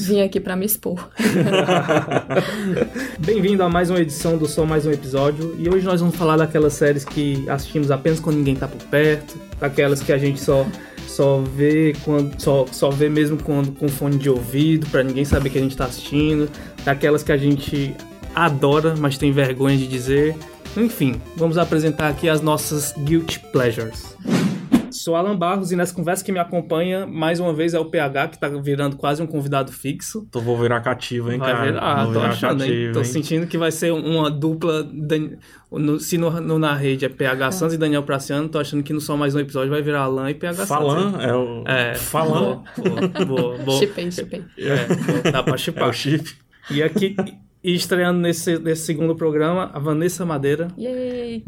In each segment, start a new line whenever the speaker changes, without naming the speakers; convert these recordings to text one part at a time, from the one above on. Vim aqui pra me expor.
Bem-vindo a mais uma edição do Só Mais Um Episódio. E hoje nós vamos falar daquelas séries que assistimos apenas quando ninguém tá por perto, daquelas que a gente só só vê quando só, só vê mesmo quando com fone de ouvido, pra ninguém saber que a gente tá assistindo, daquelas que a gente adora, mas tem vergonha de dizer. Enfim, vamos apresentar aqui as nossas guilty pleasures. Sou Alan Barros e nessa conversa que me acompanha, mais uma vez é o PH, que tá virando quase um convidado fixo.
Tô, vou virar cativo, hein,
Vai
cara.
ver- Ah,
Vou
tô
virar
achando, hein?
cativo,
Tô
hein?
sentindo que vai ser uma dupla. Dan- no- se no, no- na rede é PH Santos e Daniel Praciano, tô achando que no só mais um episódio vai virar Alan e PH Santos.
Falan é o.
É.
Falan
Boa, boa, boa.
Chipei, chipei.
É, boa, dá pra
é
chipar.
o chip.
E aqui, e estreando nesse, nesse segundo programa, a Vanessa Madeira.
Yay!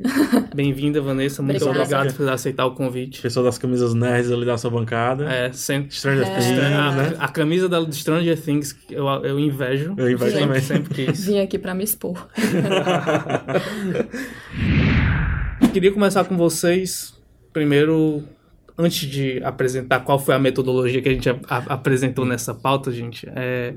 Bem-vinda, Vanessa. Muito
Obrigada.
obrigado por aceitar o convite.
Pessoa das camisas nerds ali da sua bancada.
É, sempre.
Stranger
É.
Things, né?
A, a camisa da do Stranger Things que eu, eu invejo.
Eu invejo
sempre,
também.
sempre quis.
Vim aqui pra me expor.
Queria começar com vocês, primeiro, antes de apresentar qual foi a metodologia que a gente a- a- apresentou nessa pauta, gente. é,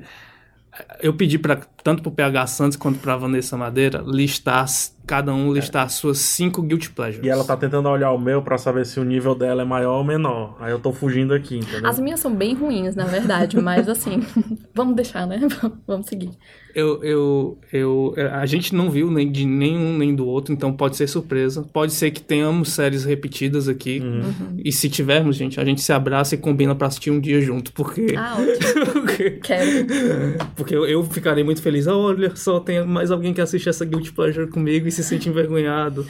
eu pedi para tanto para o PH Santos quanto para Vanessa Madeira listar, as- cada um listar as suas cinco guilty pleasures.
E ela tá tentando olhar o meu pra saber se o nível dela é maior ou menor. Aí eu tô fugindo aqui, entendeu?
As minhas são bem ruins, na verdade, mas assim, vamos deixar, né? Vamos seguir.
Eu, eu, eu, é, a gente não viu nem de nenhum nem do outro, então pode ser surpresa. Pode ser que tenhamos séries repetidas aqui.
Uhum.
E se tivermos, gente, a gente se abraça e combina para assistir um dia junto, porque.
Ah, ótimo.
porque-
Quero.
Porque eu, eu ficarei muito feliz. Olha, só tem mais alguém que assiste essa Guilty Pleasure comigo e se sente envergonhado.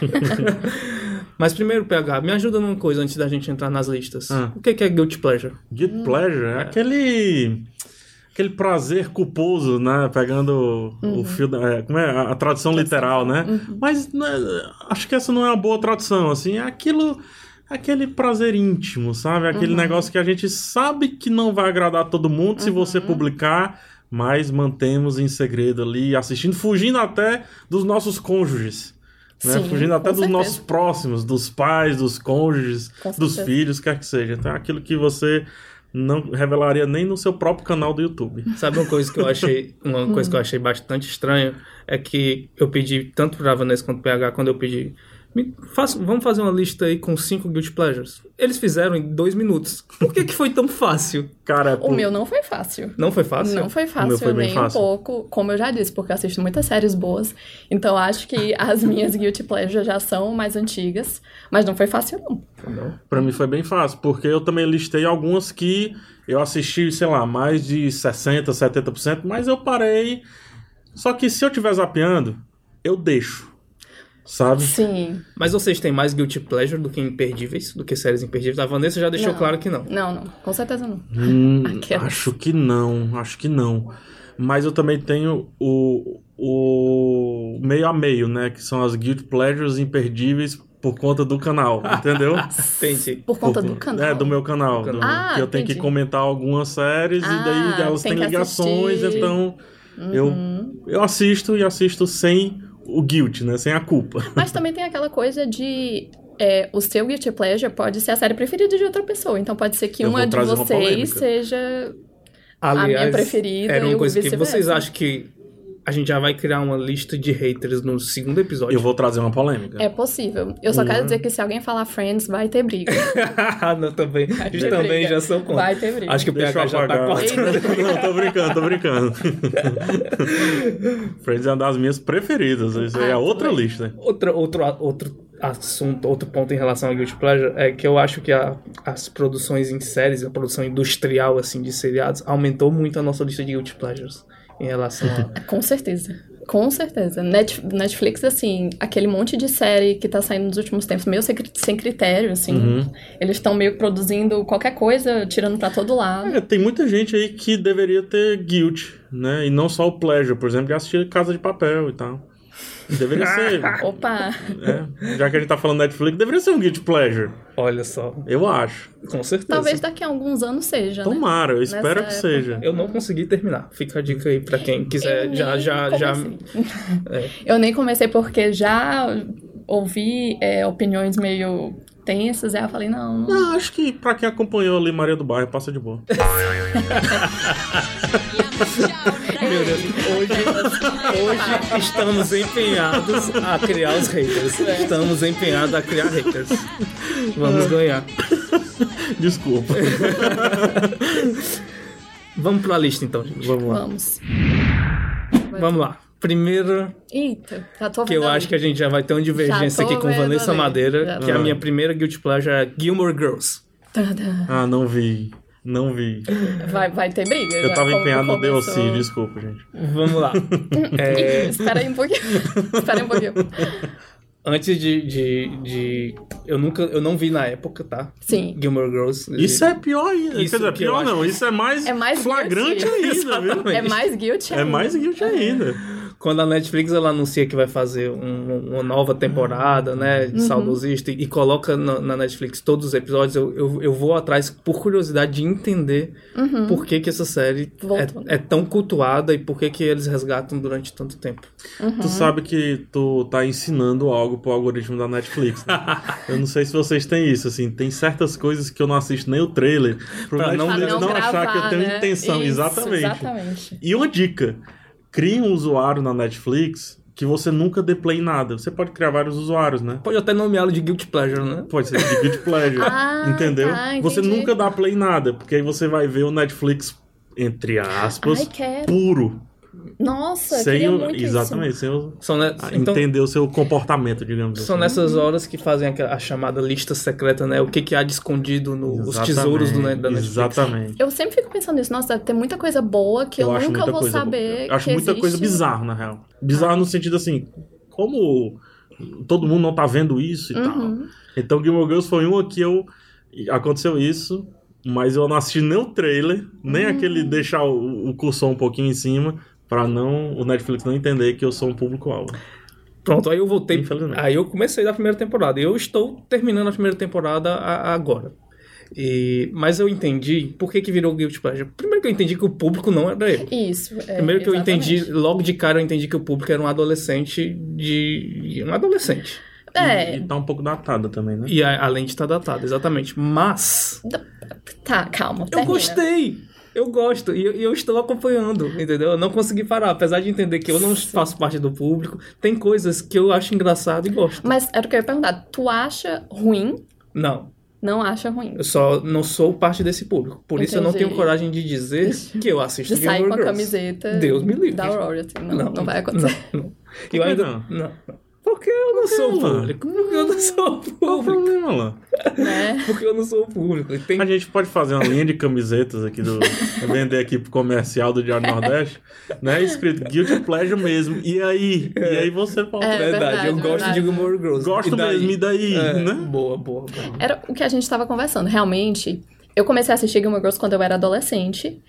Mas primeiro, PH, me ajuda numa coisa antes da gente entrar nas listas.
Ah.
O que que é Guilty Pleasure?
Guilty pleasure é aquele. Aquele prazer culposo, né? Pegando
Uhum.
o fio da. é, como é? A, a tradução literal, né? Mas né, acho que essa não é uma boa tradução, assim. É aquilo. Aquele prazer íntimo, sabe? Aquele
Uhum.
negócio que a gente sabe que não vai agradar todo mundo se você
Uhum.
publicar, mas mantemos em segredo ali, assistindo, fugindo até dos nossos cônjuges. Né?
Sim,
fugindo até
com
dos
certeza.
nossos próximos, dos pais, dos cônjuges,
Com
dos
certeza.
filhos, quer que seja. Então é aquilo que você não revelaria nem no seu próprio canal do YouTube.
Sabe uma coisa que eu achei, uma coisa que eu achei bastante estranha é que eu pedi tanto para Vanessa quanto para PH quando eu pedi, "Me faça- vamos fazer uma lista aí com cinco guilty pleasures. Eles fizeram em dois minutos. Por que que foi tão fácil?
Cara, é
O
por-
meu não foi fácil.
Não foi fácil?
Não foi
O meu
fácil
foi bem
nem
fácil.
um pouco, como eu já disse, porque eu assisto muitas séries boas. Então acho que as minhas guilty pleasures já são mais antigas, mas não foi fácil não.
Não.
pra mim foi bem fácil, porque eu também listei algumas que eu assisti, sei lá, mais de 60, 70%, mas eu parei. Só que se eu estiver zapeando, eu deixo. Sabe?
Sim.
Mas vocês têm mais guilty pleasure do que imperdíveis, do que séries imperdíveis? A Vanessa já deixou
Não.
claro que não.
Não, não. Com certeza não.
Hum,
Aquelas.
acho que não, acho que não. Mas eu também tenho o, o meio a meio, né? Que são as Guild Pleasures imperdíveis por conta do canal, entendeu?
Entendi.
Por conta do canal.
É, do meu canal.
Do
do-
canal.
que eu
Ah,
tenho que
entendi.
comentar algumas séries e daí
Ah,
elas
tem
têm
que
ligações,
assistir.
então
Uhum.
eu, eu assisto e assisto sem o guilt, né? Sem a culpa.
Mas também tem aquela coisa de. é, o seu Guilty Pleasure pode ser a série preferida de outra pessoa. Então pode ser que
Eu
uma
vou
de
trazer uma
vocês
polêmica.
seja
Aliás,
a minha preferida.
era
e
uma
o
coisa que
vice-versa.
vocês acham que a gente já vai criar uma lista de haters no segundo episódio?
Eu vou trazer uma polêmica.
É possível. Eu só
Uhum.
quero dizer que se alguém falar Friends, vai ter briga.
Ah, não, também,
ter
também
briga.
já são contra.
Vai ter briga.
Acho que o
Deixa
PH
eu
já tá
apagar.
cortando.
Não, tô brincando, tô brincando. Friends é uma das minhas preferidas. Isso aí é
Ah,
outra
tudo bem.
lista.
Outra, outro, a- outro assunto, outro ponto em relação a Guilty Pleasure é que eu acho que a- as produções em séries, a produção industrial assim de seriados, aumentou muito a nossa lista de Guilty Pleasures em relação a...
Com certeza. Com certeza. Net- Netflix, assim, aquele monte de série que tá saindo nos últimos tempos, meio sem cri- sem critério, assim.
Uhum.
Eles estão meio que produzindo qualquer coisa, tirando pra todo lado.
É, tem muita gente aí que deveria ter guilt, né? E não só o pleasure, por exemplo, de assistir Casa de Papel e tal. Deveria ser.
Opa!
né? Já que a gente tá falando Netflix, deveria ser um guilt pleasure.
Olha só,
Eu acho.
com certeza.
Talvez daqui a alguns anos seja, né?
Tomara, eu espero que
Nessa
seja.
Eu não consegui terminar. Fica a dica aí
é,
pra quem quiser.
Eu
Já,
nem
já, já.
comecei. Eu nem comecei porque já ouvi é, opiniões meio tensas, aí eu falei, não, não.
Ah, acho que pra quem acompanhou ali Maria do Bairro, passa de boa.
Meu Deus, hoje, hoje estamos empenhados a criar os haters. Estamos empenhados a criar haters. Vamos ganhar.
Desculpa.
Vamos pra lista então, gente.
Vamos lá.
Vamos.
Vamos lá. Primeira,
Eita, já tô
que eu
vendo
acho que a gente já vai ter uma divergência
Já tô
aqui com
vendo
Vanessa
ali.
Madeira,
Já
que é a
tô.
minha primeira Guilty Pleasure é Gilmore Girls.
Tadã.
Ah, não vi. Não vi.
Tá, Vai, vai ter briga.
Eu
já
tava
como
empenhado no
começou.
DLC, desculpa, gente.
Vamos lá. É,
Ih, Espera aí um pouquinho. Espera aí um pouquinho.
antes de, de, de- Eu nunca. Eu não vi na época, tá?
Sim.
Gilmore Girls.
Isso é pior ainda.
Isso
Quer dizer,
que eu
pior
acho
não. Isso é mais,
É mais
flagrante
guilty.
ainda, viu?
É mais guilty
É
ainda.
mais guilty ainda.
Quando a Netflix ela anuncia que vai fazer um- uma nova temporada, né? de Saudosista, e, e coloca na, na Netflix todos os episódios, eu, eu, eu vou atrás por curiosidade de entender por que, que essa série
Voltou.
é, é tão cultuada e por que, que eles resgatam durante tanto tempo.
Uhum.
Tu sabe que tu tá ensinando algo pro algoritmo da Netflix, né? Eu não sei se vocês têm isso, assim. Tem certas coisas que eu não assisto nem o trailer. Pro
Pra não-
Pra
Netflix não,
não, gravar,
achar que eu tenho
né?
intenção.
Isso,
exatamente.
Exatamente.
E uma dica. Crie um usuário na Netflix que você nunca dê play em nada. Você pode criar vários usuários, né?
Pode até nomeá-lo de Guilty Pleasure, né?
Pode ser de Guilty Pleasure,
Ah,
entendeu?
tá,
você
entendi.
nunca dá play em nada, porque aí você vai ver o Netflix, entre aspas,
Ai, quero.
puro.
Nossa, eu
sem
queria
o...
muito
Exatamente, sem o...
São, ne-
ah,
então,
entender o seu comportamento, digamos
são né,
assim.
nessas horas que fazem aquela- a chamada lista secreta, né? O que, que há de escondido nos
Exatamente,
tesouros do, ne- da Netflix.
Exatamente.
isso. Eu sempre fico pensando nisso. Nossa, deve ter muita coisa boa que eu,
acho
nunca
muita
vou
coisa,
saber
Eu acho
que existe.
muita
Ah.
coisa bizarra, na real. Bizarro no sentido assim, como todo mundo não tá vendo isso e tal.
Uhum.
Então Gilmore Girls foi uma que eu... Aconteceu isso, mas eu não assisti nem o trailer, nem
Hum.
aquele deixar o, o cursor um pouquinho em cima, pra não o Netflix não entender que eu sou um público-alvo.
Pronto, aí eu voltei.
Infelizmente.
Aí eu comecei da primeira temporada. Eu estou terminando a primeira temporada a- agora. E- mas eu entendi por que, que virou Guilty Pleasure. Primeiro que eu entendi que o público não era eu.
Isso. é,
Primeiro que eu
exatamente.
entendi, logo de cara eu entendi que o público era um adolescente de. um adolescente.
É,
E, e tá um pouco datada também, né?
E a- além de estar datado, exatamente. Mas.
tá, calma.
Eu gostei! Eu gosto e eu, e eu estou acompanhando, entendeu? Eu não consegui parar, apesar de entender que eu não faço parte do público, tem coisas que eu acho engraçado e gosto.
Mas era o que eu ia perguntar. Tu acha ruim?
Não,
Não acha ruim.
eu só não sou parte desse público. Por isso eu não
Entendi.
tenho coragem de dizer que eu assisto
De sair com
Gilmore
a
Girls.
camiseta
Deus me livre.
da Aurora. assim, Não, não, vai acontecer.
Não, não.
que
Eu ainda.
não?
Não. Porque eu não sou o
mano?
público. Porque eu não sou o
Qual o
público.
problema lá?
né?
Porque eu não sou o público. E Tem
A gente pode fazer uma linha de camisetas aqui do. vender aqui pro comercial do Diário Nordeste, né? Escrito Guilty Pleasure mesmo. E aí? E aí você fala.
É,
verdade,
verdade,
eu gosto de
verdade.
Gilmore Girls.
Gosto
E daí?
mesmo, e daí?
É,
Né?
Boa, boa, boa.
Era o que a gente tava conversando. Realmente, eu comecei a assistir Gilmore Girls quando eu era adolescente.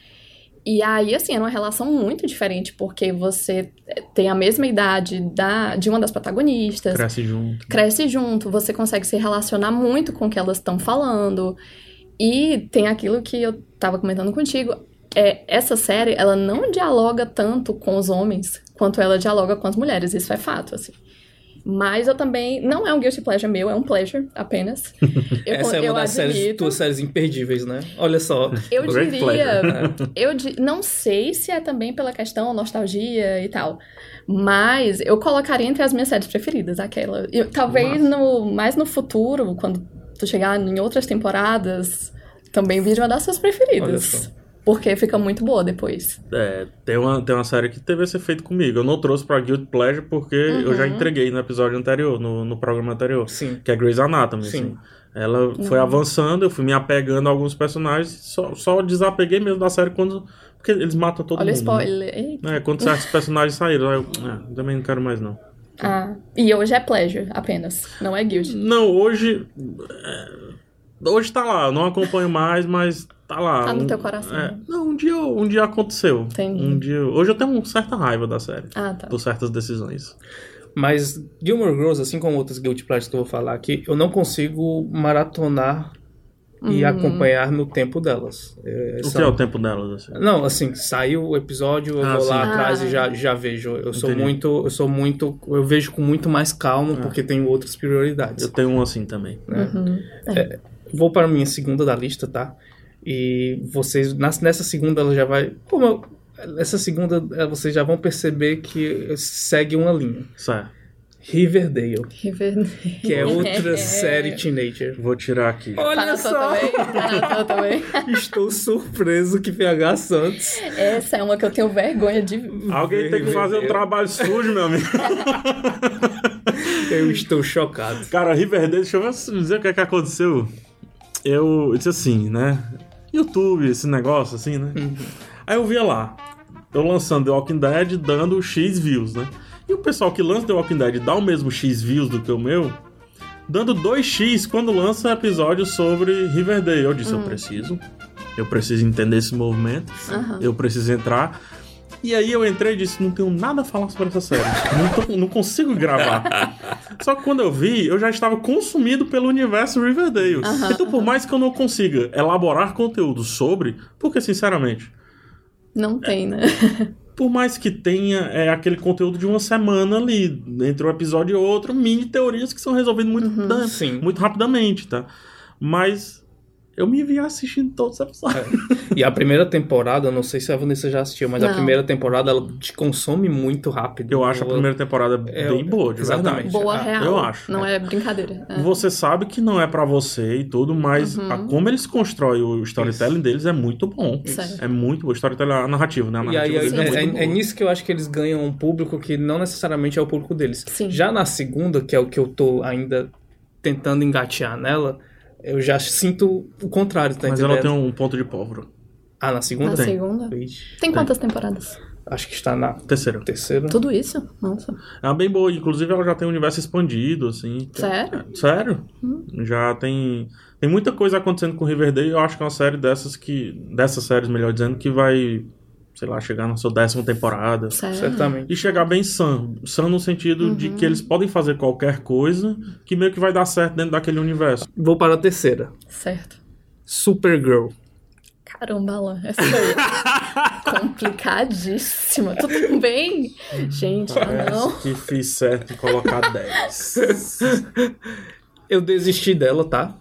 E aí, assim, era uma relação muito diferente, porque você eh, tem a mesma idade da, de uma das protagonistas,
Cresce junto.
cresce junto, você consegue se relacionar muito com o que elas estão falando. E tem aquilo que eu tava comentando contigo. É, essa série, ela não dialoga tanto com os homens quanto ela dialoga com as mulheres, isso é fato, assim. Mas eu também. Não é um guilty pleasure meu, é um pleasure apenas. Eu,
Essa é
eu
uma das séries,
admito.
tuas séries imperdíveis, né? Olha só.
Eu
Great
diria, eu di- não sei se é também pela questão nostalgia e tal, mas eu colocaria entre as minhas séries preferidas aquela. Eu- talvez
Massa.
no mais no futuro, quando tu chegar em outras temporadas, também vire uma das suas
Olha
preferidas.
só.
Porque fica muito boa depois.
É, tem uma, tem uma série que teve ser feito comigo. Eu não trouxe pra Guilty Pleasure porque eu
Uhum.
já entreguei no episódio anterior, no, no programa anterior.
Sim.
Que é Grey's Anatomy,
Sim.
assim. Ela
Uhum.
foi avançando, eu fui me apegando a alguns personagens, só, só desapeguei mesmo da série quando. Porque eles matam todo
Olha o
mundo. né?
spoiler. Ei.
É, quando certos personagens saíram, aí eu é, também não quero mais, não.
Ah, e hoje é pleasure apenas, não é guild.
Não, hoje. é, hoje tá lá, eu não acompanho mais, mas tá lá.
Tá no teu coração.
é, não, um dia, eu- um dia aconteceu.
Entendi.
Um dia, hoje eu tenho uma certa raiva da série,
Ah, tá.
por certas decisões.
Mas Gilmore Girls, assim como outras Guilty Pleasures que eu vou falar aqui, eu não consigo maratonar
Uhum.
e acompanhar no tempo delas. É,
O que
são-
é o tempo delas? Assim?
Não, assim, saiu o episódio, eu
Ah,
vou
sim.
lá
Ah.
atrás e já, já vejo. Eu sou
Entendi.
muito, eu sou muito, eu vejo com muito mais calma
Ah.
porque tenho outras prioridades. né?
Eu tenho um assim também.
Uhum. É.
Vou para a minha segunda da lista, tá? E vocês, nas- nessa segunda ela já vai. Como eu, essa segunda eh, vocês já vão perceber que segue uma linha.
Certo.
Riverdale,
Riverdale.
que é outra série teenager.
Vou tirar aqui.
Olha
Natal
só,
Tá também. Natal também.
estou surpreso que PH Santos.
Essa é uma que eu tenho vergonha de.
Alguém tem que fazer o
Riverdale.
trabalho sujo, meu amigo.
Eu estou chocado.
Cara, Riverdale, deixa eu dizer o que é que aconteceu. Eu disse assim, né? YouTube, esse negócio assim, né? Aí eu via lá, eu lançando The Walking Dead, dando X views, né? E o pessoal que lança The Walking Dead dá o mesmo X views do que o meu, dando 2X quando lança um episódio sobre Riverdale. Eu disse, eu preciso, eu preciso entender esse movimento,
Aham.
eu preciso entrar. E aí eu entrei e disse, não tenho nada a falar sobre essa série. não, tô- não consigo gravar. Só que quando eu vi, eu já estava consumido pelo universo Riverdale.
Aham,
então, por mais que eu não consiga elaborar conteúdo sobre, porque, sinceramente,
Não tem, né?
por mais que tenha é, aquele conteúdo de uma semana ali, entre um episódio e outro, mini teorias que são resolvidas muito, da-
Sim.
muito rapidamente, tá? Mas eu me vi assistindo todos os episódios.
E a primeira temporada, eu não sei se a Vanessa já assistiu, mas a
Não.
primeira temporada ela te consome muito rápido.
Eu acho a primeira temporada
É,
bem boa, de
exatamente.
verdade.
Boa
Ah,
real.
eu acho. né?
Não é brincadeira. É.
Você sabe que não é pra você e tudo, mas
Uhum.
a- como eles constroem o storytelling deles é muito bom.
Sério.
É muito bom. Storytelling é narrativo, né? A
E aí,
narrativa
é,
deles é,
é-
muito boa.
é nisso que eu acho que eles ganham um público que não necessariamente é o público deles.
Sim.
Já na segunda, que é o que eu tô ainda tentando engatear nela, eu já sinto o contrário, tá
Mas
entendendo?
ela tem um ponto de pólvora.
Ah, na
Na
segunda?
tem.
segunda?
Ixi,
Tem quantas temporadas?
Acho que está na
Terceiro.
terceira.
Tudo isso? Nossa.
É bem boa. Inclusive, ela já tem um universo expandido, assim.
Sério? Uhum.
Sério? Já tem. Tem muita coisa acontecendo com Riverdale. Eu acho que é uma série dessas que. Dessas séries, melhor dizendo, que vai, sei lá, chegar na sua décima temporada.
Sério.
Certamente.
E chegar bem sã. Sã no sentido de que eles podem fazer qualquer coisa que meio que vai dar certo dentro daquele universo.
Vou para a terceira.
Certo.
Supergirl.
Caramba, Alan, essa é complicadíssima. Tudo bem? Gente, ah, não.
Parece que fiz certo em colocar 10.
Eu desisti dela, tá?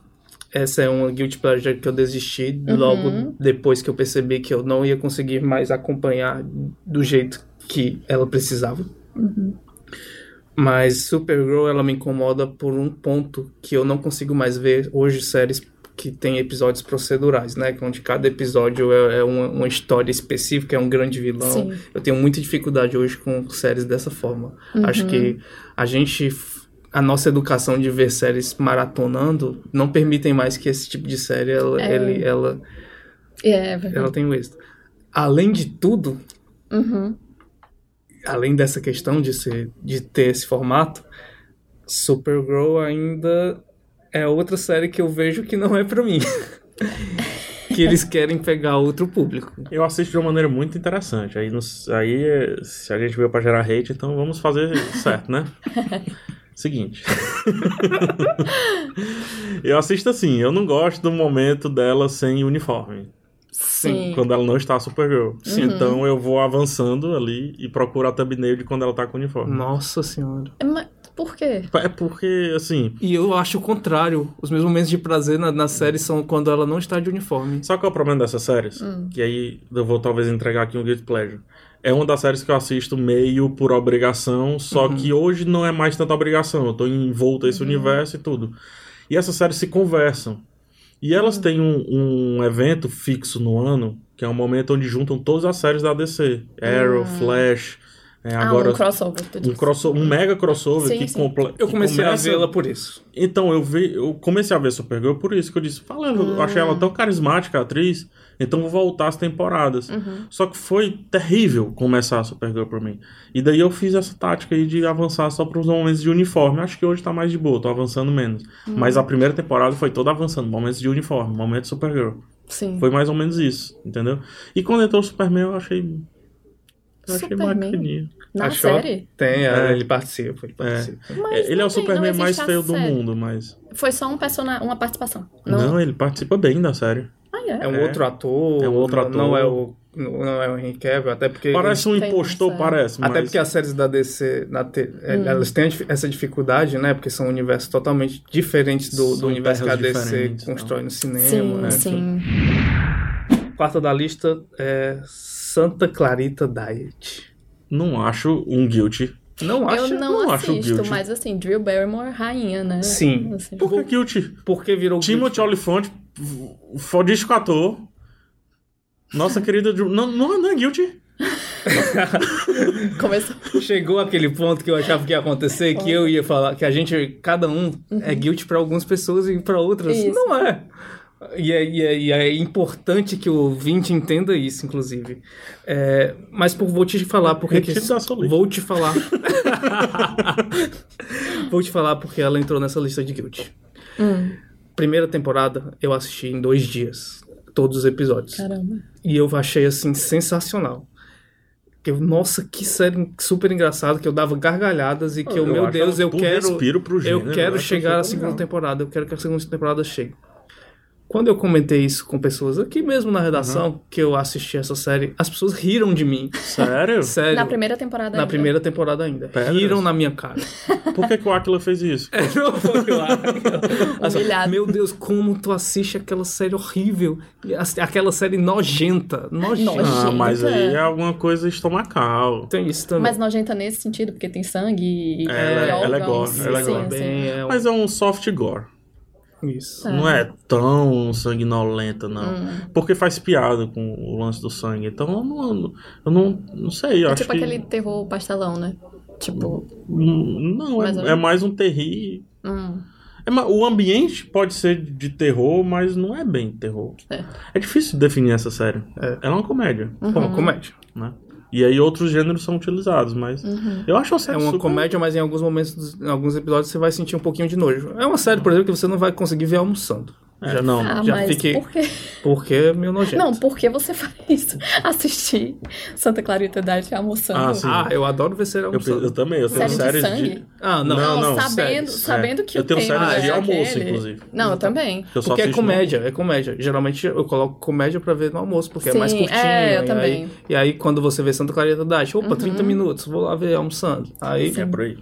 Essa é uma guilty pleasure que eu desisti logo depois que eu percebi que eu não ia conseguir mais acompanhar do jeito que ela precisava. Mas Supergirl, ela me incomoda por um ponto que eu não consigo mais ver hoje séries que tem episódios procedurais, né? Onde cada episódio é, é uma, uma história específica, é um grande vilão.
Sim.
Eu tenho muita dificuldade hoje com séries dessa forma.
Uhum.
Acho que a gente. A nossa educação de ver séries maratonando não permitem mais que esse tipo de série ela,
É.
ele- ela,
É, é verdade.
ela tenha um êxito. Além de tudo,
Uhum.
além dessa questão de, ser, de ter esse formato, Supergirl ainda é outra série que eu vejo que não é pra mim. que eles querem pegar outro público.
Eu assisto de uma maneira muito interessante. Aí, nos- aí eh, se a gente veio pra gerar hate, então vamos fazer certo, né? Seguinte. eu assisto assim, eu não gosto do momento dela sem uniforme.
Sim.
Quando ela não está Supergirl. Então eu vou avançando ali e procuro a thumbnail de quando ela tá com uniforme.
Nossa senhora.
É, Mas por quê?
É porque, assim.
E eu acho o contrário. Os meus momentos de prazer na, na série são quando ela não está de uniforme.
Sabe qual é o problema dessas séries?
Hum.
Que aí eu vou talvez entregar aqui um Guilty Pleasure. É uma das séries que eu assisto meio por obrigação, só
Uhum.
que hoje não é mais tanta obrigação. Eu tô envolto a esse
Uhum.
universo e tudo. E essas séries se conversam. E elas
Uhum.
têm um, um evento fixo no ano, que é um momento onde juntam todas as séries da DC. Arrow, Flash, é, agora
Hum. ah, um crossover. tu
um,
diz.
crosso- um mega crossover
Sim,
que,
sim.
comple-
Eu
que
comecei a
começa-
vê-la por isso.
então, eu vi, eu comecei a ver Supergirl por isso que eu disse, fala, eu achei
Ah.
ela tão carismática, a atriz, então vou voltar às temporadas.
Uhum.
Só que foi terrível começar a Supergirl por mim. E daí eu fiz essa tática aí de avançar só para os momentos de uniforme. Acho que hoje tá mais de boa, tô avançando menos.
Hum.
Mas a primeira temporada foi toda avançando, momentos de uniforme, momentos Supergirl.
Sim.
Foi mais ou menos isso, entendeu? E quando entrou o Superman, eu achei Eu achei
Superman?
bacaninha.
Na
A Xota
série?
Tem,
É.
ele participa. Ele participa.
Mas
ele é
não
o
tem-
Superman
não
mais
existe a
feio do
série.
mundo, mas.
Foi só um persona... uma participação.
Não.
Não.
ele participa bem da série.
Ah,
É.
é.
um
É.
outro ator.
É um outro
não- Não
ator.
é o, não é o Henry Cavill, até porque...
Parece um
Tem
impostor,
essa-
parece.
Até
mas-
porque as séries da DC, na te- é,
Hum.
elas têm a dif- essa dificuldade, né? Porque são universos totalmente diferentes do, do
São
universo que a
terras
DC
diferentes,
constrói no
um
cinema.
Sim,
né? Tipo,
sim.
Quarta da lista é Santa Clarita Diet.
Não acho um guilty.
Não acho.
Eu não,
não acho
assisto,
guilty.
mas assim, Drew Barrymore, rainha, né?
Sim.
Assim.
Por que guilty?
Porque virou...
Timothy Olyphant, f- fodístico ator. Nossa querida. Ju- Não, não, não é guilty.
Começou.
Chegou aquele ponto que eu achava que ia acontecer, que eu ia falar que a gente, cada um é guilty pra algumas pessoas e pra outras
Uhum. Isso.
não é. E é, e é- e é importante que o ouvinte entenda isso, inclusive. É, mas por, vou te falar porque que
Retiro da sua lista.
vou te falar. vou te falar porque ela entrou nessa lista de guilty.
Hum,
Primeira temporada eu assisti em dois dias, todos os episódios.
caramba.
E eu achei assim sensacional. Que eu, nossa, que série super engraçada, que eu dava gargalhadas e que eu, meu
acho
Deus,
um
eu
puto
quero
respiro pro gênero,
eu quero
acho
chegar à
super
segunda
legal.
temporada, eu quero que a segunda temporada chegue. Quando eu comentei isso com pessoas aqui mesmo na redação, que eu assisti essa série, as pessoas riram de mim.
Sério?
Sério.
Na primeira temporada é
Na
ainda.
primeira temporada ainda.
Pedras. É,
Riram na minha cara.
Por que, que o Aquila fez isso?
Não foi lá. Ela só,
Humilhado.
Assim, Meu Deus, como tu assiste aquela série horrível. As- Aquela série nojenta. Nojenta.
Nojenta.
Ah,
Gente,
mas
é.
aí é alguma coisa estomacal.
Tem isso também.
Mas nojenta nesse sentido, porque tem sangue e
É, ela-
e
ela é
órgãos,
gore, ela é
sim,
gore.
sim.
Bem, é um-
Mas é um soft gore.
Isso.
Ah.
Não é tão sanguinolenta, não.
Hum.
Porque faz piada com o lance do sangue. Então eu não, eu não, não sei. Eu
É
acho
tipo
que.
aquele terror pastelão, né? Tipo,
Hum, Não,
Mais ou
é, é
menos.
mais um terri.
hum,
É ma- o ambiente pode ser de terror, mas não é bem terror.
É.
difícil definir essa série.
É.
Ela é uma comédia,
Uhum.
É uma comédia.
né? E aí outros gêneros são utilizados, mas.
Uhum.
Eu acho
É
uma série
uma
super-
comédia, mas em alguns momentos, em alguns episódios, você vai sentir um pouquinho de nojo. É uma série, por exemplo, que você não vai conseguir ver almoçando.
É, não.
ah,
já
mas
fiquei-
por quê?
Porque é meio nojento.
Não, por que você faz isso? Assistir Santa Clarita Diet almoçando.
Ah, sim.
Ah, eu adoro ver série
Eu,
almoçando.
eu também, eu tenho
Série de
séries
sangue?
de.
Ah, não.
Não, não,
sabendo,
séries.
sabendo que
Eu
o
tenho
tema
séries de
é
almoço,
aquele...
inclusive.
Não, eu também.
Eu só
Porque é
assisto-
comédia, é comédia. Geralmente eu coloco comédia pra ver no almoço, porque é mais
Sim,
curtinho.
é, eu
e
também. Uhum.
Aí, e aí quando você vê Santa Clarita Diet, opa, 30 minutos, vou lá ver almoçando. Aí,
É por aí.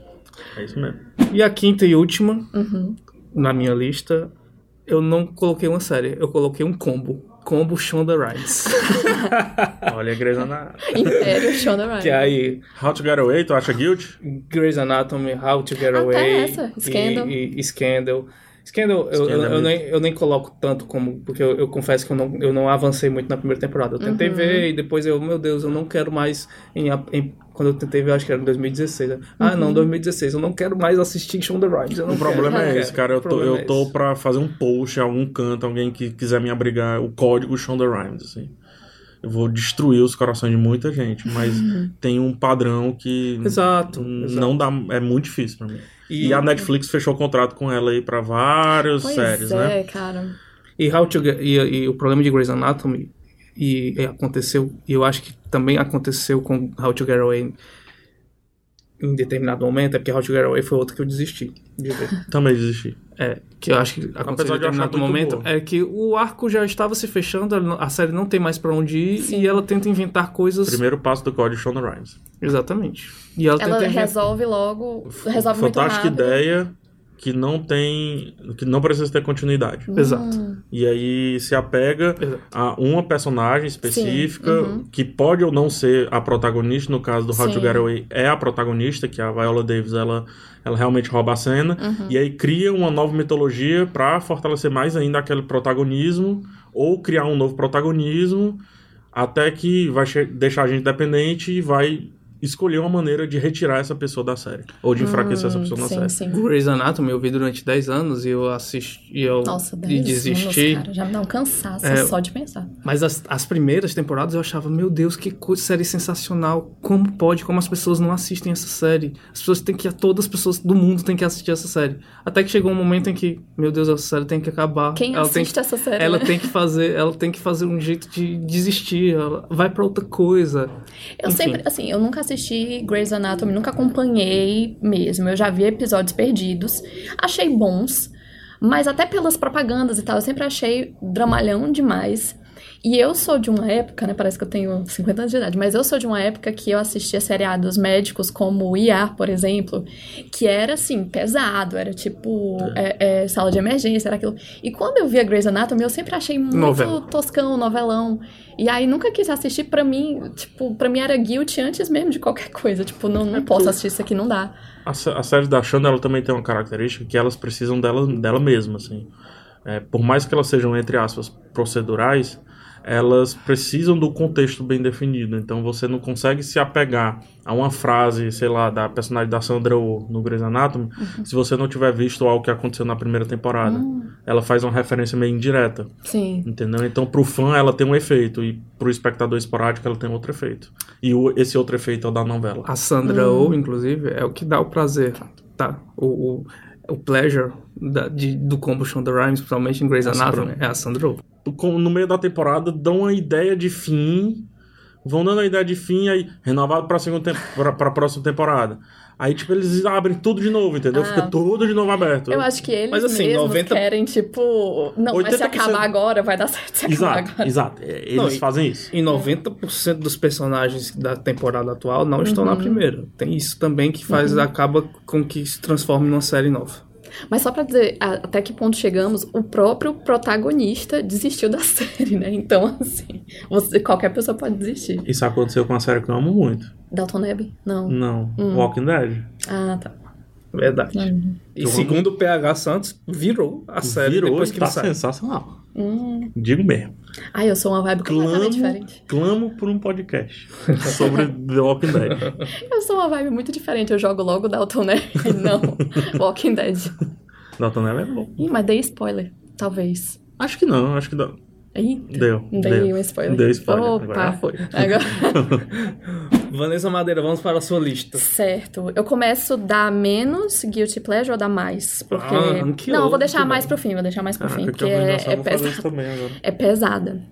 É isso mesmo.
e a quinta e última,
Uhum.
na minha lista, eu não coloquei uma série, eu coloquei um combo. Combo Shonda Rhimes.
Olha a Grey's Anatomy.
Império Shonda Rhimes.
que é aí,
How to Get Away, tu acha guilty?
Grey's Anatomy, How to Get
Até
Away.
Ah, tá essa, Scandal.
E, e Scandal. Scandal, eu, eu,
Scandal
eu
mesmo.
nem, eu nem coloco tanto como. Porque eu, eu confesso que eu não, eu não avancei muito na primeira temporada. Eu tentei
Uhum.
ver e depois eu, meu Deus, eu não quero mais. Em, a- em- quando eu tentei ver, eu acho que era em 2016. né? Ah,
Uhum.
não, 2016. Eu não quero mais assistir Shonda Rhimes. Eu não
O
quero,
problema é
Uhum.
não
esse,
quero.
cara. Eu
O
tô,
problema
eu
é
tô
esse.
pra fazer um post em algum canto, alguém que quiser me abrigar, o código Shonda Rhimes, assim. Eu vou destruir os corações de muita gente, mas tem um padrão que
Exato. exato.
não dá, é muito difícil pra mim. E,
E,
a Netflix fechou contrato com ela aí pra várias
Pois
séries,
é,
né?
cara.
e How to Get- e- e o problema de Grey's Anatomy. E, e aconteceu. E eu acho que também aconteceu com How to Get Away. Em determinado momento, é porque How to Get Away foi outro que eu desisti de ver.
Também desisti.
É, que eu acho que aconteceu
Apesar
em
de eu achar
determinado
muito
momento,
boa.
é que o arco já estava se fechando, ela não- a série não tem mais pra onde ir e ela tenta inventar coisas.
Primeiro passo do código Shonda Rhimes.
Exatamente. E ela,
Ela
tenta inventar.
resolve logo, resolve muito
Fantástica
rápido.
ideia que não tem. que não precisa ter continuidade.
Exato.
Hum,
E aí se apega
Exato.
a uma personagem específica que pode ou não ser a protagonista. No caso do How to
Sim.
Get Away, é a protagonista, que a Viola Davis ela, ela realmente rouba a cena. E aí cria uma nova mitologia pra fortalecer mais ainda aquele protagonismo ou criar um novo protagonismo até que vai che- deixar a gente dependente e vai escolheu uma maneira de retirar essa pessoa da série. Ou de
é
enfraquecer essa pessoa na
sim,
série.
sim.
Grey's Anatomy eu vi durante 10 anos e eu assisti e eu
Nossa,
e
10 anos,
desisti.
cara. Já me dá um cansaço
É.
só de pensar.
Mas as, as primeiras temporadas eu achava, meu Deus, que co- série sensacional. Como pode, como as pessoas não assistem essa série? As pessoas têm que, todas as pessoas do mundo têm que assistir essa série. Até que chegou um momento em que, meu Deus, essa série tem que acabar.
Quem
ela tem
assiste essa série?
ela
né?
tem que fazer, ela tem que fazer um jeito de desistir, ela vai pra outra coisa.
Eu
enfim.
sempre, assim, eu nunca assisti Grey's Anatomy, nunca acompanhei mesmo. Eu já vi episódios perdidos, achei bons, mas até pelas propagandas e tal, eu sempre achei dramalhão demais. E eu sou de uma época, né? Parece que eu tenho 50 anos de idade, mas eu sou de uma época que eu assistia seriados médicos como o IAR, por exemplo, que era assim, pesado, era tipo é, é, sala de emergência, era aquilo. E quando eu via Grey's Anatomy, eu sempre achei muito
Novela.
toscão, novelão. E aí nunca quis assistir pra mim, tipo, pra mim era guilty antes mesmo de qualquer coisa. Tipo, não, não posso assistir isso aqui, não dá.
A, sé- a série da Shonda, ela também tem uma característica que elas precisam dela, dela mesma, assim. É, por mais que elas sejam, entre aspas, procedurais, elas precisam do contexto bem definido. Então você não consegue se apegar a uma frase, sei lá, da personagem da Sandra Oh no Grey's Anatomy, se você não tiver visto algo que aconteceu na primeira temporada.
Uhum.
Ela faz uma referência meio indireta,
Sim.
entendeu? Então pro fã ela tem um efeito e pro espectador esporádico ela tem outro efeito. E o- esse outro efeito é o da novela.
A Sandra
Hum.
Oh, inclusive, é o que dá o prazer, tá? O, o, o pleasure da- de- do combo Shonda Rhimes, principalmente em Grey's
A Sandra
Anatomy, é a Sandra Oh.
com- no meio da temporada dão uma ideia de fim, vão dando a ideia de fim, aí renovado pra, segunda tem- pra, pra próxima temporada. Aí, tipo, eles abrem tudo de novo, entendeu?
Ah.
Fica tudo de novo aberto.
Eu acho que eles
Mas, assim,
mesmos
90
querem, tipo, não, mas se
80%
acabar agora, vai dar certo se acabar
Exato,
agora.
exato. É, Eles
Não, e-
fazem isso.
E 90% dos personagens da temporada atual não estão
Uhum.
na primeira. Tem isso também que faz, acaba com que se transforme numa série nova.
Mas só pra dizer a- até que ponto chegamos, o próprio protagonista desistiu da série, né? Então, assim, você, qualquer pessoa pode desistir.
Isso aconteceu com uma série que eu amo muito.
Dalton Abbey? Não.
Não,
Hum.
Walking Dead.
Ah, tá.
Verdade.
Hum.
E
Eu amo.
segundo o PH Santos, virou a série
Virou,
depois que
tá
ele sai.
sensacional.
Hum. é
Digo mesmo.
Ai, eu sou uma vibe completamente
Clamo,
diferente.
clamo por um podcast sobre The Walking Dead.
Eu sou uma vibe muito diferente. Eu jogo logo Dalton Abbey, não Walking Dead.
Daltonella é bom.
Ih, mas dei spoiler, talvez.
Acho que não, acho que dá.
Eita,
Deu,
Dei
deu.
um spoiler.
Deu spoiler,
Opa,
agora é já foi.
Agora...
Vanessa Madeira, vamos para a sua lista.
certo. Eu começo da menos Guilty Pleasure ou da mais? Porque...
Ah, que
não, eu vou
outro,
deixar
velho.
mais pro fim, vou deixar mais pro fim.
Caraca, que
Porque é, é
organização. Ah, vou fazer isso
pesada.
também agora.
É pesada.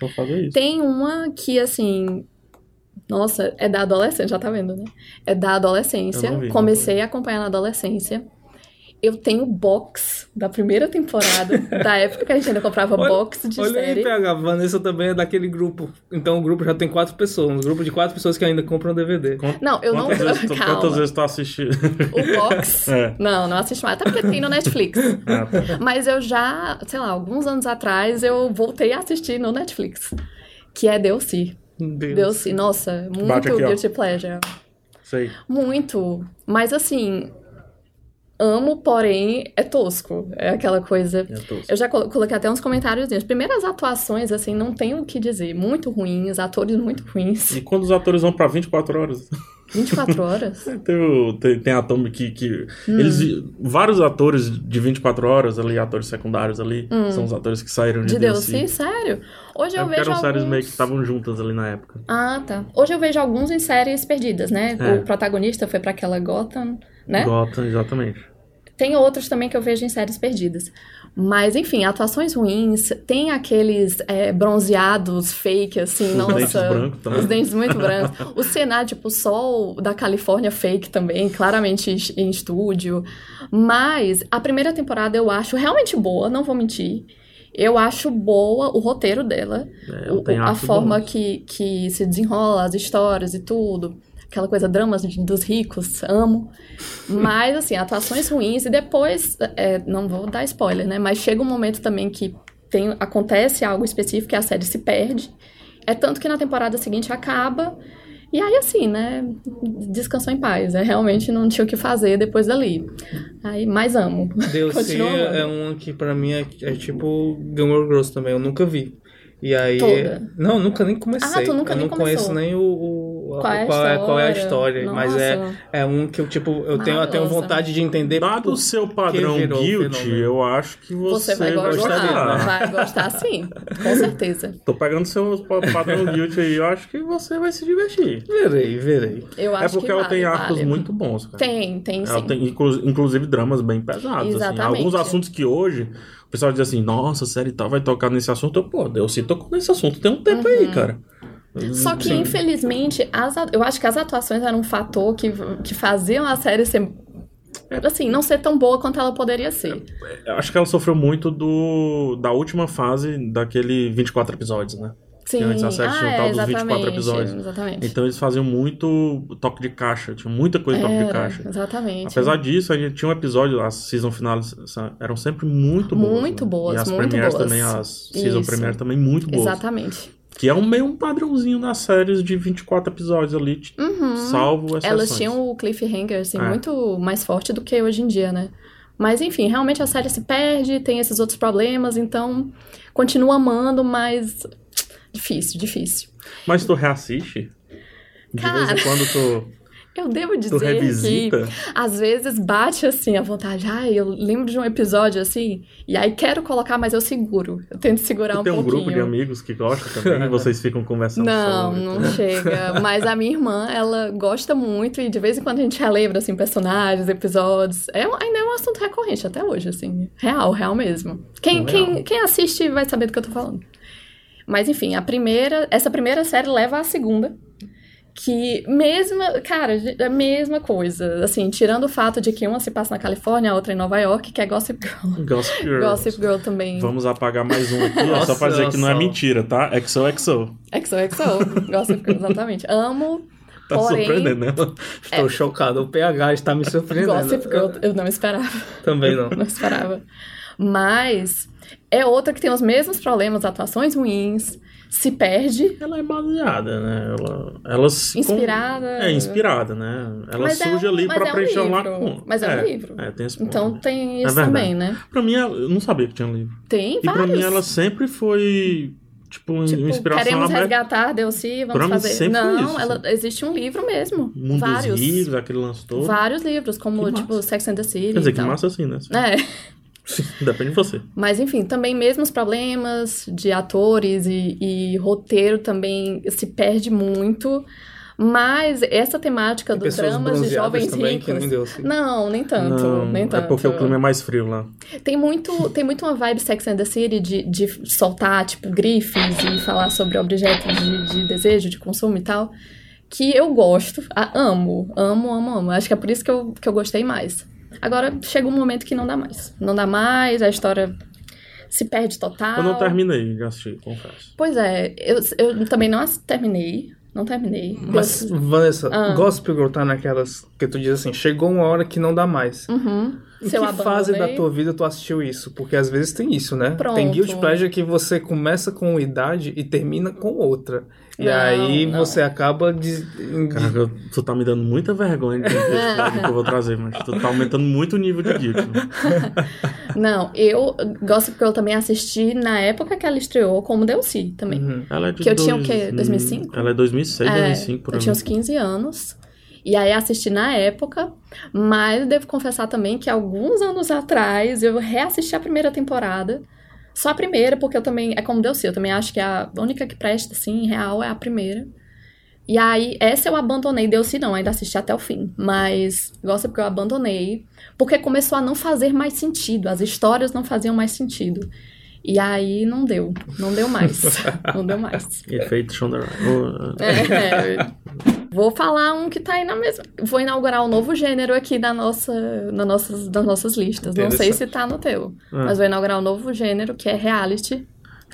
Vou fazer isso.
Tem uma que, assim. Nossa, é da adolescência, já tá vendo, né? É da adolescência.
Eu não vi,
Comecei a acompanhar na adolescência. Eu tenho box da primeira temporada, da época que a gente ainda comprava
Olha-
box de
Olha aí,
série.
tá.
PH. Vanessa também é daquele grupo. Então o grupo já tem quatro pessoas. Um grupo de quatro pessoas que ainda compram DVD.
Não, eu não.
quantas Vezes tu,
Calma.
quantas vezes tu assistindo?
O box.
É.
Não, não assisto mais. Até porque tem no Netflix.
Ah, tá.
Mas eu já, sei lá, alguns anos atrás, eu voltei a assistir no Netflix. Que é Deuce.
Meu Deus.
Deuce, nossa, muito
Bate aqui, ó.
guilty pleasure.
Sei.
Muito. Mas assim, amo, porém é tosco. É aquela coisa.
Eu tô-
Eu já colo- coloquei até uns comentários. Primeiro, as atuações, assim, não tem o que dizer. Muito ruins, atores muito ruins.
E quando os atores vão pra 24 horas?
24 horas.
Tem, o- tem, tem ator que. que
Hum.
eles, vários atores de 24 horas ali, atores secundários ali, são os atores que saíram de,
Hum. De Deus, sim,
DLC.
sério. Hoje
É
eu
porque
vejo.
eram séries
Alguns...
meio que estavam juntas ali na época.
Ah, tá. Hoje eu vejo alguns em séries perdidas, né?
É.
O protagonista foi pra aquela Gotham, né?
Gotham, exatamente.
Tem outros também que eu vejo em séries perdidas. Mas, enfim, atuações ruins. Tem aqueles é, bronzeados fake, assim,
Os
nossa.
dentes brancos também.
Os dentes muito brancos. o cenário, tipo, o sol da Califórnia fake também, claramente em- em estúdio. Mas a primeira temporada eu acho realmente boa, não vou mentir. Eu acho boa o roteiro dela.
É,
O-
eu tenho
a
acho
forma
bom.
que, que se desenrola, as histórias e tudo. Aquela coisa, dramas de- dos ricos, amo. Mas, assim, atuações ruins. E depois, é, não vou dar spoiler, né? Mas chega um momento também que tem, acontece algo específico que a série se perde. É tanto que na temporada seguinte acaba. E aí, assim, né? Descansou em paz. É, realmente não tinha o que fazer depois dali. Aí, mais amo.
Deus sim
Continua, mano.
é, é uma que pra mim é, é tipo Gilmore Girls também. Eu nunca vi. E aí.
Toda?
Não, nunca nem comecei.
Ah, tu nunca
eu
nem
não conheço
começou.
nem o, o, qual,
Qual é a
é, qual é a
história?
história. Mas é,
Nossa.
é um que eu, tipo, eu tenho, eu tenho
Maravilhosa.
vontade de entender.
Dado o
por-
seu padrão
virou o
guilty,
fenômeno.
eu acho que você,
Você vai gostar.
gostar dele, né?
Vai gostar sim, com certeza.
Tô pegando seu pa- padrão guilty aí, eu acho que você vai se divertir.
Verei, verei.
Eu
É
acho
porque
que
ela
vale,
tem arcos
vale.
muito É, bons, cara.
Tem, tem
Ela
sim.
tem, inclu- inclusive, dramas bem pesados. Assim.
Exatamente.
Alguns assuntos que hoje o pessoal diz assim: nossa, a série tal vai tocar nesse assunto. Eu, pô, Deus se tocou nesse assunto tem um tempo aí, cara.
Uhum. Só que,
Sim.
infelizmente, as, a- eu acho que as atuações eram um fator que, que faziam a série ser. Assim, não ser tão boa quanto ela poderia ser.
Eu acho que ela sofreu muito do da última fase daquele 24 episódios, né?
Sim,
antes a série
ah,
tinha um
é,
tal dos 24
exatamente.
episódios.
Exatamente.
Então eles faziam muito toque de caixa, tinha muita coisa de toque de
Era,
caixa.
Exatamente.
Apesar disso, a gente tinha um episódio, as season finais sa- eram sempre muito boas.
Muito
né?
boas,
E as
muito
premieres
boas.
também, as season
Isso.
premieres também muito boas.
Exatamente.
Que é um meio um padrãozinho das séries de 24 episódios ali, t- salvo exceções.
Uhum. Elas tinham um- o cliffhanger, assim,
É.
muito mais forte do que hoje em dia, né? Mas enfim, realmente a série se perde, tem esses outros problemas, então continua amando, mas difícil, difícil.
Mas tu reassiste? De
Cara.
vez em quando tu,
Eu devo
tu
dizer que
revisita.
às vezes bate assim a vontade. Ai, eu lembro de um episódio assim, e aí quero colocar, mas eu seguro. Eu tento segurar
Tu
um
tem um
pouquinho.
grupo de amigos que gosta também e vocês ficam conversando
Não,
sobre.
não chega. Mas a minha irmã, ela gosta muito e de vez em quando a gente relembra, assim, personagens, episódios. É, um- ainda é um assunto recorrente até hoje, assim. Real, real mesmo. Quem,
Real.
quem, quem assiste vai saber do que eu tô falando. Mas enfim, a primeira, essa primeira série leva à segunda. Que mesma, cara, é a mesma coisa. Assim, tirando o fato de que uma se passa na Califórnia, a outra em Nova York, que é Gossip Girl.
Gossip Girl.
Gossip Girl também.
Vamos apagar mais um aqui, ó, só pra dizer que não é
Nossa.
mentira, tá? XOXO.
XOXO. Gossip Girl, exatamente. Amo.
Tá
porém,
surpreendendo ela.
É.
Estou chocado. O PH está me surpreendendo.
Gossip Girl, eu não esperava,
Também não.
não esperava. Mas é outra que tem os mesmos problemas, atuações ruins, se perde,
Ela é baseada, né? Ela, ela se con-
inspirada.
É inspirada, né? Ela
Mas é
surge
um-
ali
mas
pra
é um
preencher
livro.
uma lacuna.
Mas é um livro.
É, tem esse ponto.
Então tem isso
verdade.
também, né?
Pra mim, eu não sabia que tinha livro.
Tem
E pra
vários.
mim, ela sempre foi, tipo, uma
Tipo,
inspiração
queremos
aberta.
resgatar Delcy, vamos
Pra mim,
fazer.
sempre foi
Não,
isso,
ela existe um livro mesmo.
Mundo
vários.
dos livros, aquele lance todo.
Vários livros, como
Que
tipo
massa.
Sex and the City.
Quer dizer,
e
que
tal.
massa assim, né?
É.
Depende de você.
Mas enfim, também mesmos problemas de atores e, e roteiro também se perde muito. Mas essa temática dos
Pessoas
dramas de
bronzeadas
jovens
também, que
ricos.
nem deu. assim.
Não, nem tanto,
não,
nem tanto.
é porque o clima é mais frio lá.
Tem muito, tem muito uma vibe Sex and the City de, de soltar, tipo, grifes e falar sobre objetos de, de desejo, de consumo e tal. Que eu gosto, a- amo, amo, amo, amo. Acho que é por isso que eu, que eu gostei mais. Agora chega um momento que não dá mais. Não dá mais, a história se perde total.
Eu não terminei de assistir, confesso.
Pois é, eu, eu também não as- terminei. Não terminei.
Mas,
Eu-
Vanessa,
Ah.
Gossip Girl tá naquelas que tu diz assim, chegou uma hora que não dá mais.
Uhum.
Em
Se eu
que fase da
abandonei-
tua vida tu assistiu isso? Porque às vezes tem isso, né?
Pronto.
Tem guilt pleasure que você começa com uma idade e termina com outra. E
Não,
aí
não.
você acaba de... em- de-
Caraca, eu- tu tá me dando muita vergonha de
Ah,
identidade que eu vou trazer, mas tu tá aumentando muito o nível de guilt. né?
Não, eu Gossip Girl também assisti na época que ela estreou, como Delcy também.
Uhum.
Ela é de
Que eu tinha o
dois-
quê? 2005?
Ela é 2006,
É,
2005, por
eu
aí.
tinha uns 15 anos. E aí assisti na época, mas eu devo confessar também que alguns anos atrás eu reassisti a primeira temporada. Só a primeira, porque eu também. É como deu eu também acho que a única que presta, assim, real é a primeira. E aí, essa eu abandonei, deu não, ainda assisti até o fim. Mas gosta porque eu abandonei. Porque começou a não fazer mais sentido. As histórias não faziam mais sentido. E aí não deu. Não deu mais. não deu mais.
Efeito Shonda Rhimes.
É. Vou falar um que tá aí na mesma. Vou inaugurar um novo gênero aqui da nossa, na nossas, das nossas listas. Não sei se tá no teu,
Ah.
mas vou inaugurar um novo gênero que é reality.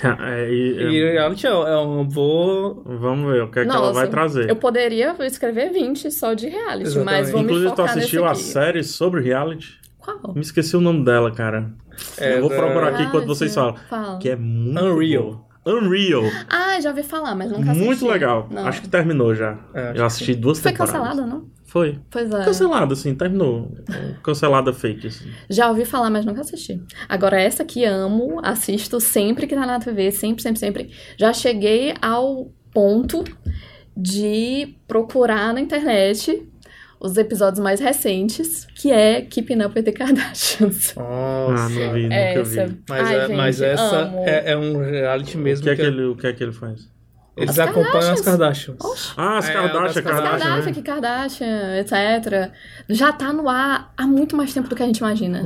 É,
E
e- é,
reality é é uma boa...
vamos ver o que é que ela
Nossa,
vai trazer.
assim, Eu poderia escrever 20 só de reality, mas
Exatamente.
vou me
Inclusive, tu
focar nesse
assistiu a
aqui.
série sobre reality?
Qual?
Me esqueci o nome dela, cara.
É,
eu vou
da-
procurar aqui enquanto
Reality,
vocês falam.
Fala.
Que é muito.
Unreal.
boa. Unreal.
Ah, já ouvi falar, mas nunca assisti.
Muito legal.
Não.
Acho que terminou já.
É, acho
eu assisti duas
Foi
temporadas.
cancelada, não?
Foi.
Pois é.
Cancelada, assim, terminou. Cancelada fake, assim.
Já ouvi falar, mas nunca assisti. Agora, essa que amo, assisto sempre que tá na TV, sempre, sempre, sempre. Já cheguei ao ponto de procurar na internet os episódios mais recentes, que é Keeping Up with the Kardashians.
Ah,
Nossa.
não vi, nunca
Essa.
vi.
Mas,
Ai,
é-
gente,
mas essa
amo.
é, é um reality
O
mesmo.
que, é
Que
que ele, o que é que ele faz?
Eles
As
acompanham as Kardashians.
Oxe,
Ah, as
É,
Kardashian,
das
as
Kardashian.
Kardashian,
né?
que Kardashian, etc. Já tá no ar há muito mais tempo do que a gente imagina.
É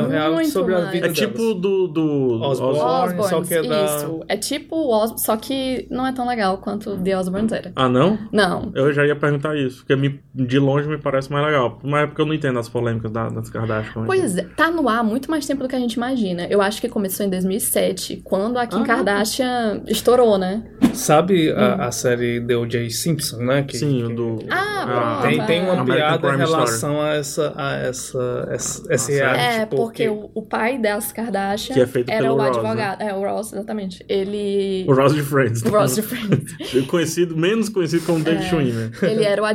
um reality
Muito
sobre a
mais.
vida
É tipo
delas.
do. do
Osborne.
Os-
Osborne,
Osborns,
só que é da-
isso. É tipo o Osborn, só que não é tão legal quanto The Osborns era.
Ah, não?
Não.
Eu já ia perguntar isso, porque me- de longe me parece mais legal. Mas é porque eu não entendo as polêmicas da- das Kardashian.
Pois é, tá no ar há muito mais tempo do que a gente imagina. Eu acho que começou em 2007, quando a Kim
Ah.
Kardashian estourou, né?
Sabe a, a série The O.J. Simpson, né? Que-
Sim,
que-
o do.
Ah,
Tem, tem uma
American
piada em
Crime Story.
relação a essa, a essa, essa, esse
Ah,
reality.
É, porque
que-
o, o pai das Kardashian
Que é feito
era
pelo
o
Ross,
advogado. É, o Ross, exatamente. Ele.
O Ross de Friends.
O Ross de É. Friends.
Conhecido, menos conhecido como né? David Schwimmer.
Ele era o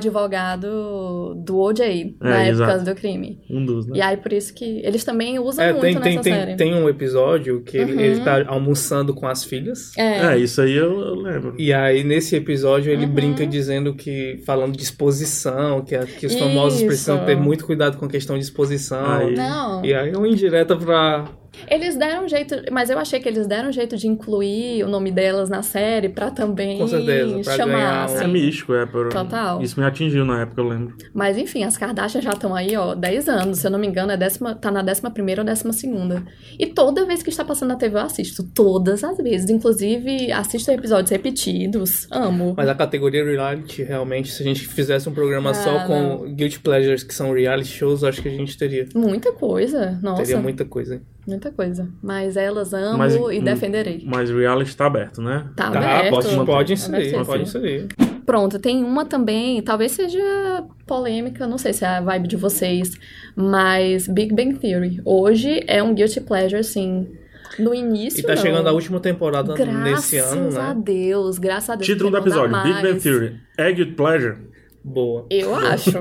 advogado do OJ na
É,
época
exato.
do crime.
Um dos, né?
E aí, por isso que eles também usam
É,
muito
tem, tem,
nessa
tem,
série.
tem um episódio que ele,
Uhum.
ele tá almoçando com as filhas.
É,
É, isso aí eu, eu lembro.
E aí, nesse episódio, ele
Uhum.
brinca dizendo que, falando de exposição, que, a- que os famosos
Isso.
precisam ter muito cuidado com a questão de exposição.
Aí.
Não,
E aí, é uma indireta pra.
eles deram um jeito, mas eu achei que eles deram um jeito de incluir o nome delas na série pra também
Com certeza, pra ganhar
chamar,
um-
É
assim.
místico, é. Por...
Total.
Isso me atingiu na época, eu lembro.
Mas enfim, as Kardashian já estão aí, ó, 10 anos, se eu não me engano, é décima, tá na 11 primeira ou 12 segunda. E toda vez que está passando na TV eu assisto, todas as vezes, inclusive assisto episódios repetidos, amo.
Mas a categoria reality, realmente, se a gente fizesse um programa
Ah,
só com Guilty Pleasures, que são reality shows, acho que a gente teria.
Muita coisa, nossa,
Teria muita coisa. hein?
muita coisa. Mas elas amo
Mas,
e
hum,
defenderei.
Mas o reality tá aberto, né?
Tá,
Tá,
aberto.
pode, pode
Aberto,
inserir,
sim.
pode inserir.
Pronto, tem uma também, talvez seja polêmica, não sei se é a vibe de vocês, mas Big Bang Theory. Hoje é um guilty pleasure, assim. No início.
E tá
não.
chegando a última temporada
Graças
nesse ano,
a
né?
Deus, graças a Deus.
Título do
porque não dá
episódio: Big Bang
mais.
Theory. Egg Pleasure.
Boa.
Eu acho,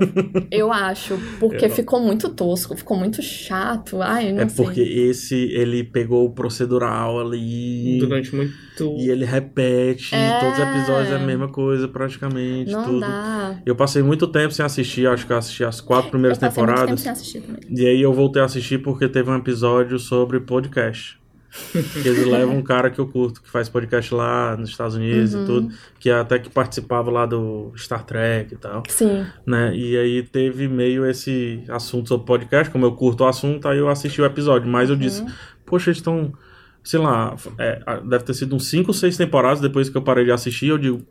eu acho, porque
Eu-
ficou muito tosco, ficou muito chato. Ai, eu não
É
sei.
porque esse, ele pegou o procedural ali.
Durante muito.
E ele repete.
É.
Todos os episódios é a mesma coisa, praticamente.
Não
tudo.
dá.
Eu passei muito tempo sem assistir, acho que eu assisti as quatro primeiras
eu passei muito tempo
temporadas.
sem assistir também.
E aí eu voltei a assistir porque teve um episódio sobre podcast. Que eles levam um cara que eu curto, que faz podcast lá nos Estados Unidos
Uhum.
e tudo, que é até que participava lá do Star Trek e tal,
Sim.
né? E aí teve meio esse assunto sobre podcast, como eu curto o assunto, aí eu assisti o episódio, mas eu disse, poxa, eles estão, sei lá, é, a- deve ter sido uns 5 ou 6 temporadas depois que eu parei de assistir, eu digo,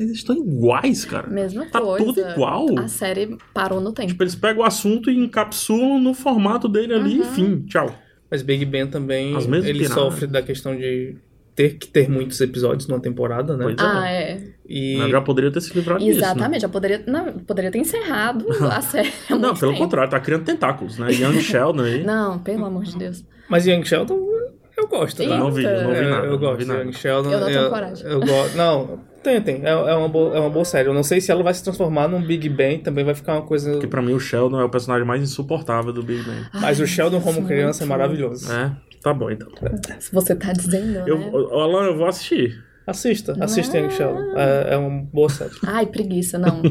eles estão iguais, cara.
Mesma
Tá
coisa.
tudo igual.
A série parou no tempo.
Tipo, eles pegam o assunto e encapsulam no formato dele ali e
Uhum.
fim, tchau.
Mas Big Ben também
é- As mesmas
ele
piradas.
sofre da questão de ter que ter muitos episódios numa temporada, né?
Pois é.
Ah, é.
E
Ela já poderia ter se livrado disso. né?
Exatamente, já poderia, não, poderia ter encerrado a série. há
Não,
muito
pelo
tempo.
contrário, tá criando tentáculos, né? Young Sheldon aí.
Não, pelo amor de Deus.
mas Young Sheldon eu gosto,
Ih,
tá?
Não vi, eu não vi
É,
nada.
eu
não
gosto
vi
de
nada.
Young Sheldon.
Eu não tenho coragem.
eu go- Não, tem, tem. É, é uma boa, é uma boa série. Eu não sei se ela vai se transformar num Big Ben, também vai ficar uma coisa.
Porque pra mim o Sheldon é o personagem mais insuportável do Big Bang.
Mas o Sheldon como
Ai,
criança é
sim.
maravilhoso.
É? Tá bom, então.
Se você tá dizendo,
Eu,
né?
eu- Alan, eu vou assistir.
Assista, assista Young Sheldon. É, é uma boa série.
Ai, preguiça, não.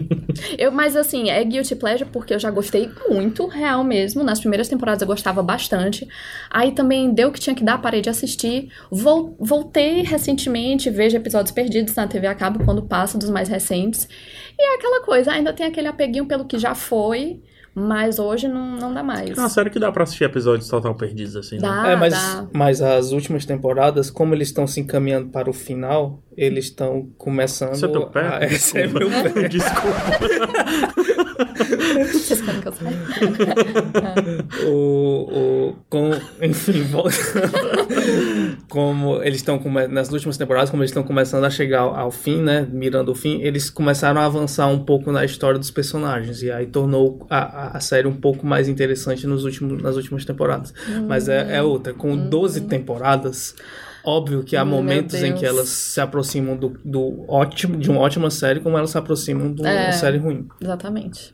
eu, mas assim, é guilty pleasure porque eu já gostei muito, real mesmo. Nas primeiras temporadas eu gostava bastante. Aí também deu o que tinha que dar, parei de assistir. Vol- voltei recentemente, vejo episódios perdidos na TV a cabo quando passa dos mais recentes. E é aquela coisa, ainda tem aquele apeguinho pelo que já foi, mas hoje não, não dá mais.
É uma série que dá pra assistir episódios total perdidos, assim, né?
Dá,
é, mas,
dá.
mas as últimas temporadas, como eles estão se encaminhando para o final, eles estão começando.
Você é teu pé?
a- Esse é meu pé.
Desculpa. Desculpa.
Vocês querem que eu assim. saia?
O, o, com, enfim, volta. como eles estão come- nas últimas temporadas, como eles estão começando a chegar ao, ao fim, né? Mirando o fim, eles começaram a avançar um pouco na história dos personagens e aí tornou a, a- a série um pouco mais interessante nos últimos, nas últimas temporadas.
Hum.
Mas é, é outra, com 12 temporadas. Óbvio que há
Meu
momentos em que
Deus.
elas se aproximam do, do ótimo, de uma ótima série, como elas se aproximam de uma
É.
série ruim.
Exatamente.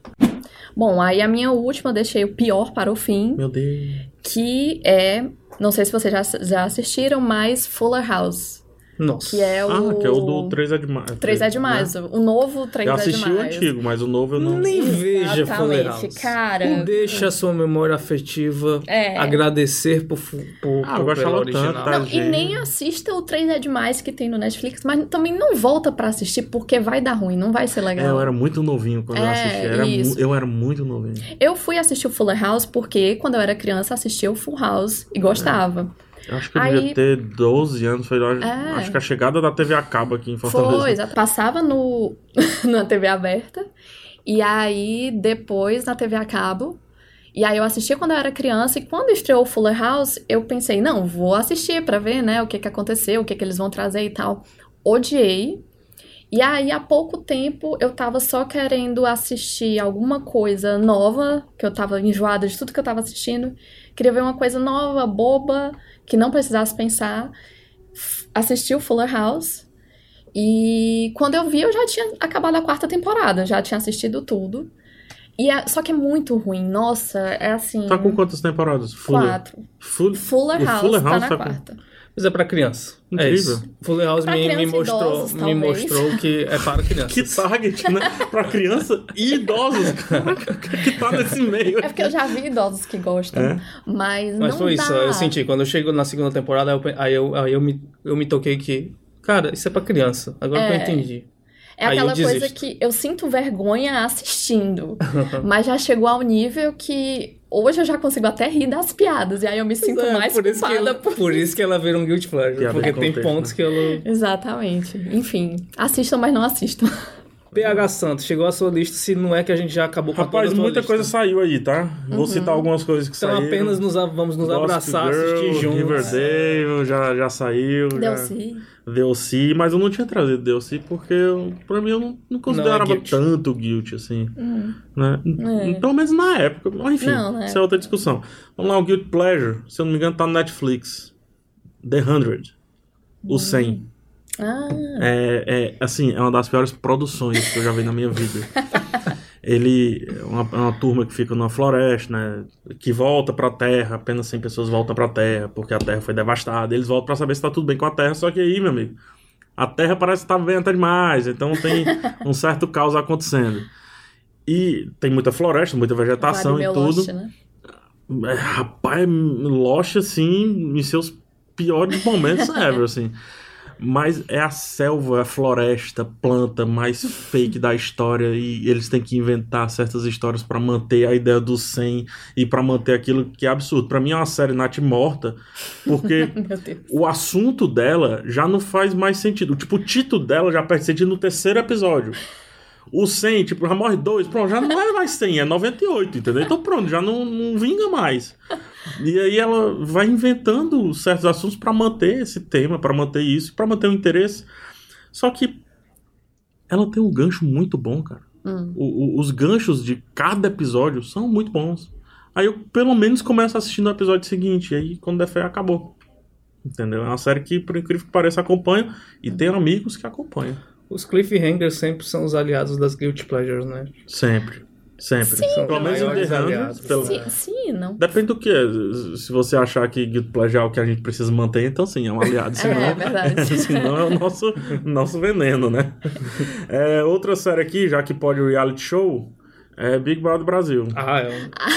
Bom, aí a minha última eu deixei o pior para o fim,
Meu Deus.
que é, não sei se vocês já, já assistiram, mas Fuller House.
Nossa.
Que é o.
Ah, que é o do 3 é demais.
3 é demais. O novo 3
Eu
é
assisti
demais.
o antigo, mas o novo eu não.
Nem veja
Exatamente,
Fuller
cara.
Não deixa a sua memória afetiva
É.
agradecer por, fu- por,
Ah, eu
por
gosto
pela
dela
original.
tanto, tá?
Não, e
gente.
nem assista o 3 é demais que tem no Netflix, mas também não volta pra assistir porque vai dar ruim, não vai ser
É, eu
legal.
era muito novinho quando eu
É,
assisti. Era mu-
isso.
Eu era muito novinho.
Eu fui assistir o Fuller House porque quando eu era criança assistia o Full House e gostava.
Eu acho que eu
Aí-
devia ter 12 anos. Foi, eu acho,
É.
acho que a chegada da TV acaba aqui em Fortaleza.
Foi, exato. passava no na TV aberta e aí depois na TV a cabo. E aí eu assistia quando eu era criança e quando estreou o Fuller House, eu pensei, não, vou assistir pra ver, né, o que que aconteceu, o que que eles vão trazer e tal. Odiei. E aí há pouco tempo eu tava só querendo assistir alguma coisa nova, que eu tava enjoada de tudo que eu tava assistindo. Queria ver uma coisa nova, boba, que não precisasse pensar. F- Assisti o Fuller House. E quando eu vi, eu já tinha acabado a quarta temporada, já tinha assistido tudo. E é- só que é muito ruim, nossa, é assim.
Tá com quantas temporadas? Fuller.
quatro.
Fuller.
Fuller
O
House
Fuller
tá
House
na
tá com-
quarta.
Mas é pra criança. É
Incrível.
isso. Fuller House
Pra
me, me
criança e
mostrou,
idosos,
me
talvez.
mostrou que é para criança.
Que target, né? pra criança e idosos. Caraca, o que é que tá nesse meio?
É porque eu já vi idosos que gostam,
É?
mas,
Mas
não
foi
dá.
isso, eu senti. Quando eu chego na segunda temporada, eu pe- aí eu, aí eu, me, eu me toquei que, cara, isso é pra criança. Agora que eu
É.
entendi.
É
Aí eu
aquela coisa
desisto.
que eu sinto vergonha assistindo, mas já chegou ao nível que hoje eu já consigo até rir das piadas, e aí eu me sinto
É,
mais
por isso, que
culpada
ela,
por...
por isso que ela vira um Guilty Pleasure.
Piada
Porque
de
tem
contexto,
pontos
né?
que ela.
Exatamente. Enfim, assistam, mas não assistam.
PH Santos, chegou a sua lista, se não é que a gente já acabou com
Rapaz,
toda a tua
muita
lista.
coisa saiu aí, tá?
Uhum.
Vou citar algumas coisas que
Então
saíram.
apenas nos, a- vamos nos
Gossip
abraçar,
Girl,
assistir juntos.
Riverdale, já, já saiu.
Deu sim.
Já... DLC, mas eu não tinha trazido DLC porque eu, pra mim eu não, não considerava
Não é guilty.
tanto guilt, assim. Né?
É.
Pelo menos na época. Mas enfim,
Não, na
isso é outra discussão. Vamos lá, o Guilt Pleasure, se eu não me engano, tá no Netflix. The 100. O 100.
Ah,
É, é, assim, é uma das piores produções que eu já vi na minha vida. Ele é uma, é uma turma que fica numa floresta, né? Que volta pra terra, apenas 100 pessoas voltam pra terra, porque a terra foi devastada. Eles voltam pra saber se tá tudo bem com a terra, só que aí, meu amigo, a terra parece que tá bem até demais, então tem um certo caos acontecendo. E tem muita floresta, muita vegetação
vale
e
meu
tudo.
Lost, né?
É, rapaz, Lost, assim, em seus piores momentos ever, assim. Mas é a selva, a floresta, planta mais fake da história e eles têm que inventar certas histórias pra manter a ideia do 100 e pra manter aquilo que é absurdo. Pra mim é uma série Nath morta, porque
Meu Deus.
o assunto dela já não faz mais sentido. Tipo, o título dela já perde sentido no terceiro episódio. O 100, tipo, já morre dois, pronto, já não é mais 100, é 98, entendeu? Então pronto, já não, não vinga mais. E aí ela vai inventando certos assuntos pra manter esse tema, pra manter isso, pra manter o interesse. Só que ela tem um gancho muito bom, cara.
Hum.
O- o- os ganchos de cada episódio são muito bons. Aí eu pelo menos começo assistindo o episódio seguinte, e aí quando der fé, acabou. Entendeu? É uma série que, por incrível que pareça, acompanho e tenho amigos que acompanham.
Os cliffhangers sempre são os aliados das Guilty Pleasures, né?
Sempre. Sempre.
São
pelo
os
menos em
maiores
The
aliados.
Hundred, pelo-
Sim, sim e não.
Depende do que. é. Se você achar que Guild Pleasure é o que a gente precisa manter, então sim, é um aliado. Se
É,
não,
é verdade.
senão é o nosso, nosso veneno, né? É, outra série aqui, já que pode reality show, é Big Brother Brasil.
Ah, eu.
Ah,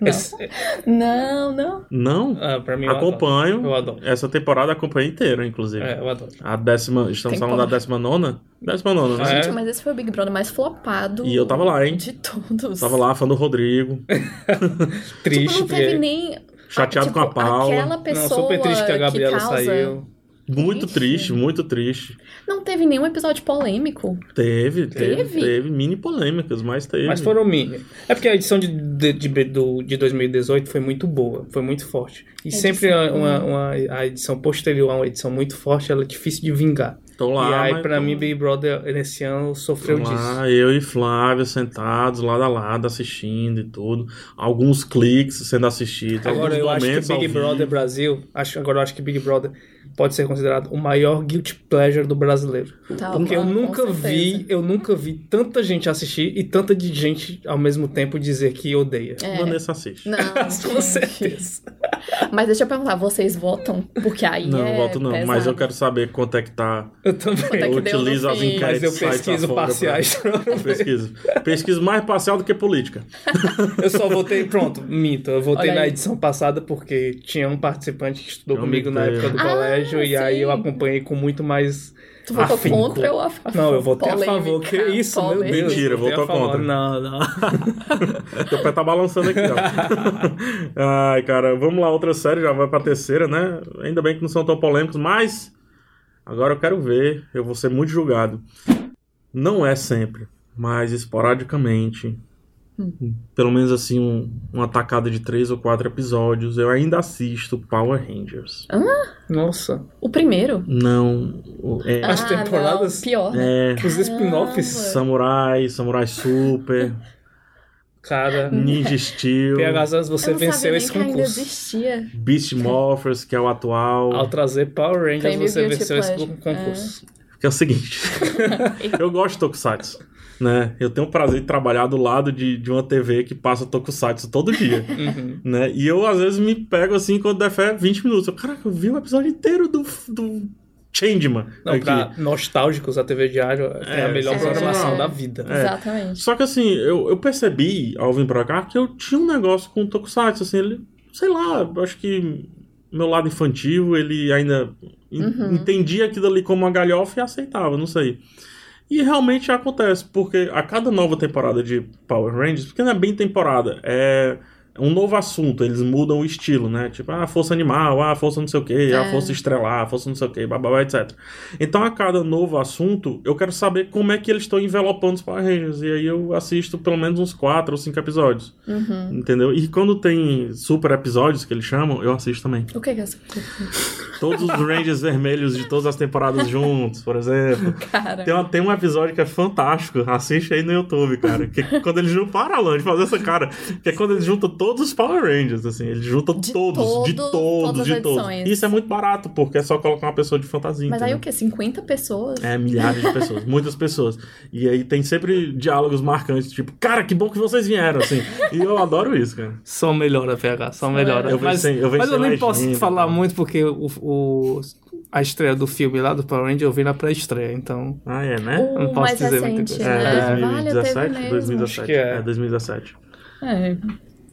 Não.
Esse- é-
Não, não.
Não?
ah, pra mim, eu
Acompanho.
Eu adoro.
Essa temporada acompanha inteira, inclusive.
adoro. É, eu adoro.
A décima. Estamos falando da
Temporada.
décima nona? Décima nona, né?
É.
Gente, mas esse foi o Big Brother mais flopado.
E eu tava lá, hein?
De todos.
Tava lá, fã do Rodrigo.
Ah, Tipo,
Triste,
não teve
porque-
nem.
Chateado
tipo,
com a Paula.
Aquela
Não,
pessoa
super triste que a Gabriela
causa...
saiu.
Muito
Ixi.
triste, muito triste.
Não teve nenhum episódio polêmico.
Teve, teve, teve,
Teve?
mini polêmicas, mas teve.
Mas foram mini. É porque a edição de, de, de, do- de 2018 foi muito boa, foi muito forte. E
Edição.
sempre a- uma, uma- a edição posterior a uma edição muito forte, ela é difícil de vingar.
Tô lá.
e aí,
mas
pra
tô-
mim, um Big Brother, nesse ano, sofreu
Lá,
disso.
eu e Flávia sentados lado a lado assistindo e tudo. Alguns cliques sendo assistidos.
Agora
alguns
eu acho que
momentos ao
Big
vivo.
Brother Brasil, acho, agora eu acho que Big Brother pode ser considerado o maior guilty pleasure do brasileiro.
Tá,
Porque eu
com
nunca vi,
certeza.
eu nunca vi tanta gente assistir e tanta de gente ao mesmo tempo dizer que odeia.
É.
Vanessa assiste.
Não,
Com
gente.
certeza.
Mas deixa eu perguntar, vocês votam? Porque aí
Não,
é
voto não,
pesado.
mas eu quero saber quanto é que tá.
Eu
Até
também.
que
Eu
deu no
utilizo as
fim.
enquetes.
Mas eu
sites
pesquiso
afora pra-
parciais.
Eu Pesquiso. Pesquiso mais parcial do que política.
Eu só votei, pronto, minto. Eu votei
Olha
na
aí.
edição passada porque tinha um participante que estudou
Eu
comigo na
mitei.
época do
Ah,
colégio e aí
sim.
eu acompanhei com muito mais.
Tu votou
afinco.
contra ou a favor?
Não, eu votei
Polêmica,
a favor. Que isso, meu
polêmica.
Deus.
Mentira,
votei a
votou
favor.
contra.
Não, não.
Teu pé tá balançando aqui, ó. Ai, cara, vamos lá, outra série, já vai pra terceira, né? Ainda bem que não são tão polêmicos, mas agora eu quero ver, eu vou ser muito julgado. Não é sempre, mas esporadicamente. Pelo menos assim, um, uma tacada de três ou quatro episódios, eu ainda assisto Power Rangers.
Nossa.
O primeiro?
Não. o- É,
As
ah,
temporadas?
Não, pior. né?
é
Os
Caramba.
spin-offs.
Samurai, Samurai Super,
Cara,
Ninja Steel,
PH Zaz,
eu
você
não
venceu
sabia
esse
nem que ainda
concurso.
existia.
Beast Morphers, que é o atual.
Ao trazer Power Rangers,
Prêmio
você
Guilty
venceu esse
Pleasure.
concurso.
Que é o seguinte. eu gosto de Tokusatsu. Né? Eu tenho o prazer de trabalhar do lado de, de uma TV que passa Tokusatsu todo dia.
é.
Uhum.
né? E eu, às vezes, me pego assim quando der fé 20 minutos. Eu, caraca, eu vi o episódio inteiro do, do Changeman.
Não,
aqui.
pra nostálgicos, a TV Diário é,
É,
a melhor
sensacional.
programação da vida.
É.
Exatamente.
Só que assim, eu, eu percebi ao vir pra cá que eu tinha um negócio com o Tokusatsu, assim, ele, sei lá, eu acho que meu lado infantil, ele ainda en-
Uhum.
entendia aquilo ali como uma galhofa e aceitava, não sei. E realmente acontece, porque a cada nova temporada de Power Rangers, porque não é bem temporada, é um novo assunto, eles mudam o estilo, né? Tipo, ah, força animal, ah, força não sei o que, ah,
É.
força estrelar, força não sei o que, bababá, etc. Então, a cada novo assunto, eu quero saber como é que eles estão envelopando os Power Rangers. E aí eu assisto pelo menos uns 4 ou 5 episódios,
Uhum.
entendeu? E quando tem super episódios, que eles chamam, eu assisto também.
O que é que é essa
Todos os Rangers vermelhos de todas as temporadas juntos, por exemplo.
cara?
Tem, uma- tem um episódio que é fantástico, assiste aí no YouTube, cara. Que é quando eles juntam. Para, Alan, de fazer essa cara. Que é quando eles juntam todos os Power Rangers, assim. Eles juntam
De
todos, de
todos,
todos,
todas
de
as
todos.
edições.
Isso é muito barato, porque é só colocar uma pessoa de fantasia.
Mas
entendeu?
aí o quê? 50 pessoas?
É, milhares de pessoas, muitas pessoas. E aí tem sempre diálogos marcantes, tipo, cara, que bom que vocês vieram, assim. E eu adoro isso, cara.
Só melhora, PH, só melhora.
Eu
mas,
venci- eu venci
mas eu nem
mais
posso
gente,
falar
cara.
muito porque o, o- a estreia do filme lá do Power Ranger eu vi na pré-estreia, então.
Ah, é, né?
O
não posso
Uh, mais
dizer muita
recente,
coisa.
né?
É, 2017,
vale, teve mesmo.
2017.
Acho que é.
É, 2017.
É.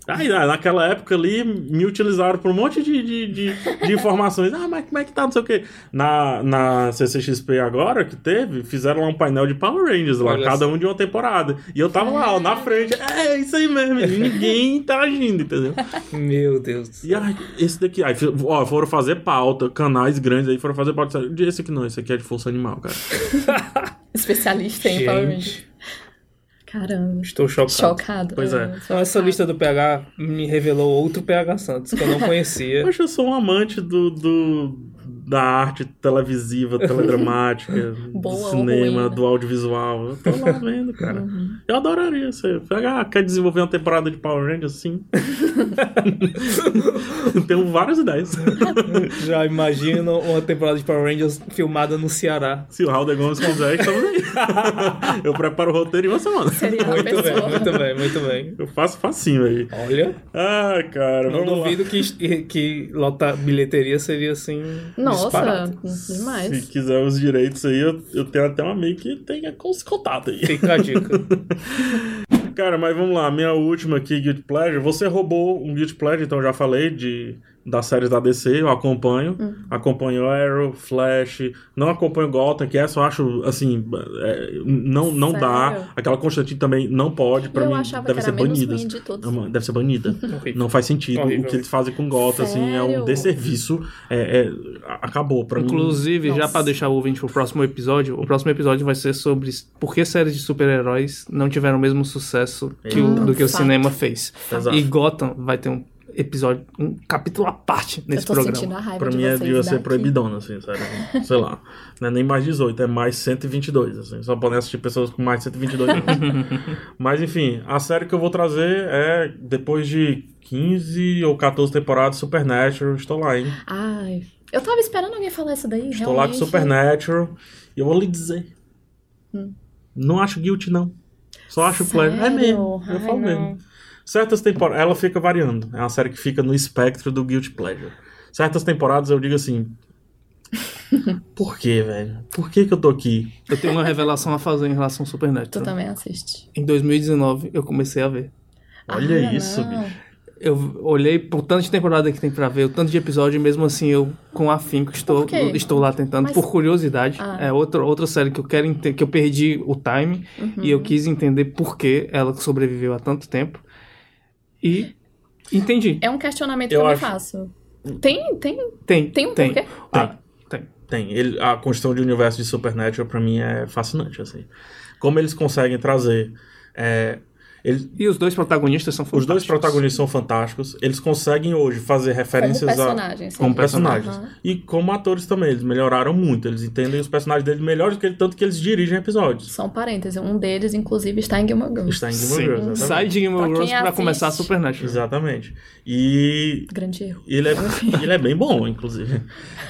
Aí, na- naquela época ali, me utilizaram por um monte de, de, de, de informações. Ah, mas como é que tá, não sei o quê. Na, na CCXP agora, que teve, fizeram lá um painel de Power Rangers lá,
Olha
cada um de uma temporada. E eu tava lá, ó, na frente. É, isso aí mesmo. e Ninguém interagindo, entendeu?
Meu Deus do
E
céu.
ai, esse daqui, aí, fi- ó, foram fazer pauta, canais grandes aí foram fazer pauta. disseram, Esse aqui não, esse aqui é de força animal, cara.
Especialista em Power Rangers. Caramba.
Estou chocado.
Chocado.
Pois é.
Então, essa lista do PH me revelou outro PH Santos que eu não
Eu
conhecia.
acho que eu sou um amante do, do- da arte televisiva, teledramática, do
Boa ou
cinema,
ruim, né? Uhum.
do audiovisual. Eu tô lá vendo, cara. Eu adoraria ser. Pegar, ah, quer desenvolver uma temporada de Power Rangers? Sim. Tenho várias ideias.
Já imagino uma temporada de Power Rangers filmada no Ceará.
Se o Raul Gomes quiser, estamos aí. Eu preparo o roteiro em uma semana.
Seria uma
Muito bem, né?
pessoa.
muito bem, muito bem.
Eu faço facinho aí.
Olha,
Ah, cara,
não
vamos lá.
duvido que, que lotar bilheteria seria assim.
Nossa,
disparado.
demais.
Se quiser os direitos aí, eu, eu tenho até uma amiga que tenha com os contatos aí.
Fica a dica.
Cara, mas vamos lá, minha última aqui, Guilty Pleasure. Você roubou um Guilty Pleasure, então eu já falei de das séries da DC, eu acompanho.
Hum.
Acompanho Arrow, Flash, não acompanho Gotham, que essa eu acho, assim, é, não, não
Sério?
dá. Aquela Constantine também não pode, pra
eu
mim
achava
deve
que
ser
era menos
banida.
ruim de todos.
Não, Deve ser banida.
Horrível.
Não faz sentido.
Horrível.
O que eles fazem com Gotham, assim, é um
Sério?
desserviço. É, é- acabou pra mim.
Inclusive, já
Nossa.
pra deixar o ouvinte pro próximo episódio, o próximo episódio vai ser sobre por que séries de super-heróis não tiveram o mesmo sucesso que o-
Hum,
do que o
fato.
cinema fez.
Exato.
E Gotham vai ter um episódio, um capítulo à parte nesse
Eu tô
programa.
sentindo a raiva
Pra
de
mim é
vocês né?
devia ser
daqui.
proibidona, assim, sério. Sei lá. Não é nem mais 18, é mais 122, assim. Só podem assistir pessoas com mais de 122 anos. Mas, enfim, a série que eu vou trazer é, depois de 15 ou 14 temporadas, Supernatural. Estou lá, hein?
Ai, eu tava esperando alguém falar isso daí,
Estou lá com Supernatural. E eu vou lhe dizer.
Hum.
Não acho guilty, não. Só acho pleasure. É mesmo. Eu falo mesmo. Certas temporadas. Ela fica variando. É uma série que fica no espectro do Guilty Pleasure. Certas temporadas eu digo assim. Por que, velho? Por que, que eu tô aqui?
Eu tenho uma revelação a fazer em relação ao
Tu
Supernatural.
também assiste.
Em 2019 eu comecei a ver.
Olha
Ah,
isso,
não.
bicho.
Eu olhei pro tanto de temporada que tem pra ver, o tanto de episódio, e mesmo assim eu, com afinco, estou,
Por quê?
estou lá tentando,
Mas-
por curiosidade.
Ah.
É outra, outra série que eu quero ente- que eu perdi o time e
Uhum.
eu quis entender por que ela sobreviveu há tanto tempo. E entendi.
É um questionamento
Eu
que eu
acho-
me faço. Tem, tem,
Tem.
tem um
tem.
porquê.
Ah, tem.
Tem. Ele, a construção de universo de Supernatural, pra mim, é fascinante, assim. Como eles conseguem trazer. é, eles-
E os dois protagonistas são
os dois
fantásticos.
protagonistas são fantásticos. Eles conseguem hoje fazer
Como
referências a.
personagem. sim.
Como personagens.
Aham.
E como atores também, eles melhoraram muito. Eles entendem os personagens deles melhor do que tanto que eles dirigem episódios.
São parênteses. Um deles, inclusive, está em Gilmore Girls.
Está em Gilmore Girls,
Sim.
exatamente.
Sai de Game
Pra
of
quem
Thrones pra
assiste.
começar a Supernatural.
Exatamente. E
Grande erro.
ele é, ele é bem bom, inclusive.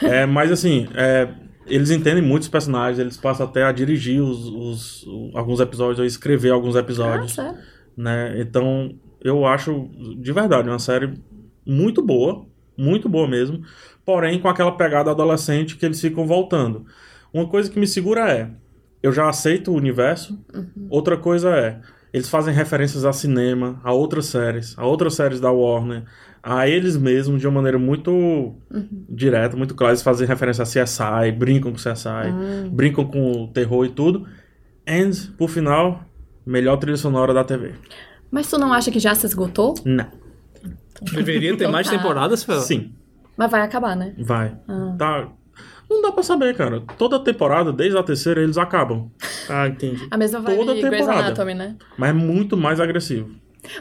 É, mas assim, é, eles entendem muitos personagens, eles passam até a dirigir os, os- o- alguns episódios ou escrever alguns
Ah,
episódios.
sério?
né? Então, eu acho, de verdade, uma série muito boa, muito boa mesmo, porém com aquela pegada adolescente que eles ficam voltando. Uma coisa que me segura é, eu já aceito o universo, outra coisa é, eles fazem referências a cinema, a outras séries, a outras séries da Warner, a eles mesmos de uma maneira muito direta, muito clara, eles fazem referência a CSI, brincam com CSI, brincam com o terror e tudo. And, por final, melhor trilha sonora da TV.
Mas tu não acha que já se esgotou?
Não.
Deveria ter
Então
mais
tá.
temporadas, Fela?
Sim,
Mas vai acabar, né?
vai.
Ah.
Tá. Não dá pra saber, cara. Toda temporada, desde a terceira, eles acabam.
Ah, entendi.
A mesma vibe
Toda
de Grey's
temporada.
Anatomy, né?
Mas é muito mais agressivo.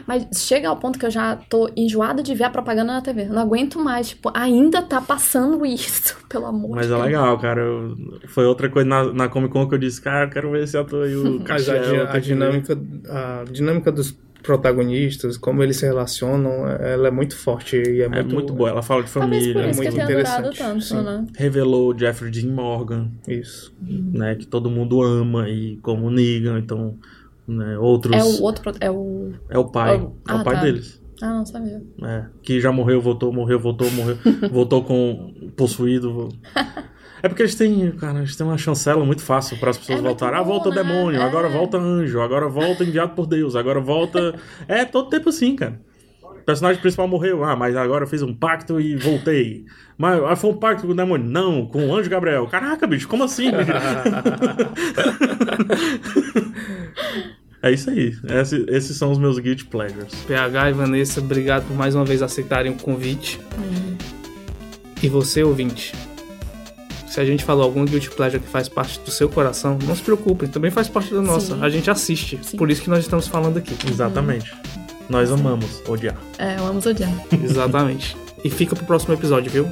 Mas chega ao ponto que eu já tô enjoada de ver a propaganda na TV. Eu não aguento mais. Tipo, ainda tá passando isso, pelo amor
Mas
de
é
Deus.
legal, cara. Eu- Foi outra coisa na, na Comic Con que eu disse, cara, eu quero ver esse ator aí, o
Mas
Cachel.
a, di-
eu
a
tenho que ver.
dinâmica, a dinâmica dos protagonistas, como eles se relacionam, ela é muito forte e é,
É
muito,
muito boa. Ela fala de
Talvez
família.
por
é
isso que
muito
tenha durado
interessante,
tanto,
sim.
né?
Revelou Jeffrey Dean Morgan,
Isso.
Uhum.
né? Que todo mundo ama e como Negan, então... Né, outros...
É o outro... pro- É o...
é o pai.
é o-
é o
Ah,
pai
tá.
deles.
Ah, não sabia.
É, que já morreu, voltou, morreu, voltou, morreu, voltou com possuído. vo- É porque eles têm, cara, eles têm uma chancela muito fácil para as pessoas
É muito
voltarem. ah,
bom,
volta
né?
demônio,
É.
agora volta anjo, agora volta enviado por Deus, agora volta. É todo tempo assim, cara. O personagem principal morreu, ah, mas agora eu fiz um pacto e voltei. Mas ah, foi um pacto com o demônio? Não, com o anjo Gabriel. Caraca, bicho, como assim? bicho? é isso aí. Esse- esses são os meus guilty pleasures.
PH e Vanessa, obrigado por mais uma vez aceitarem o convite.
Uhum.
E você, ouvinte, se a gente falou algum Guilty Pleasure que faz parte do seu coração, não se preocupe, também faz parte da nossa.
Sim.
A gente assiste,
Sim.
por isso que nós estamos falando aqui.
Exatamente.
Hum.
Nós amamos odiar.
É, eu amo Zodiac.
Exatamente. E fica pro próximo episódio, viu?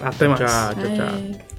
Até mais.
Tchau, tchau, tchau.
É.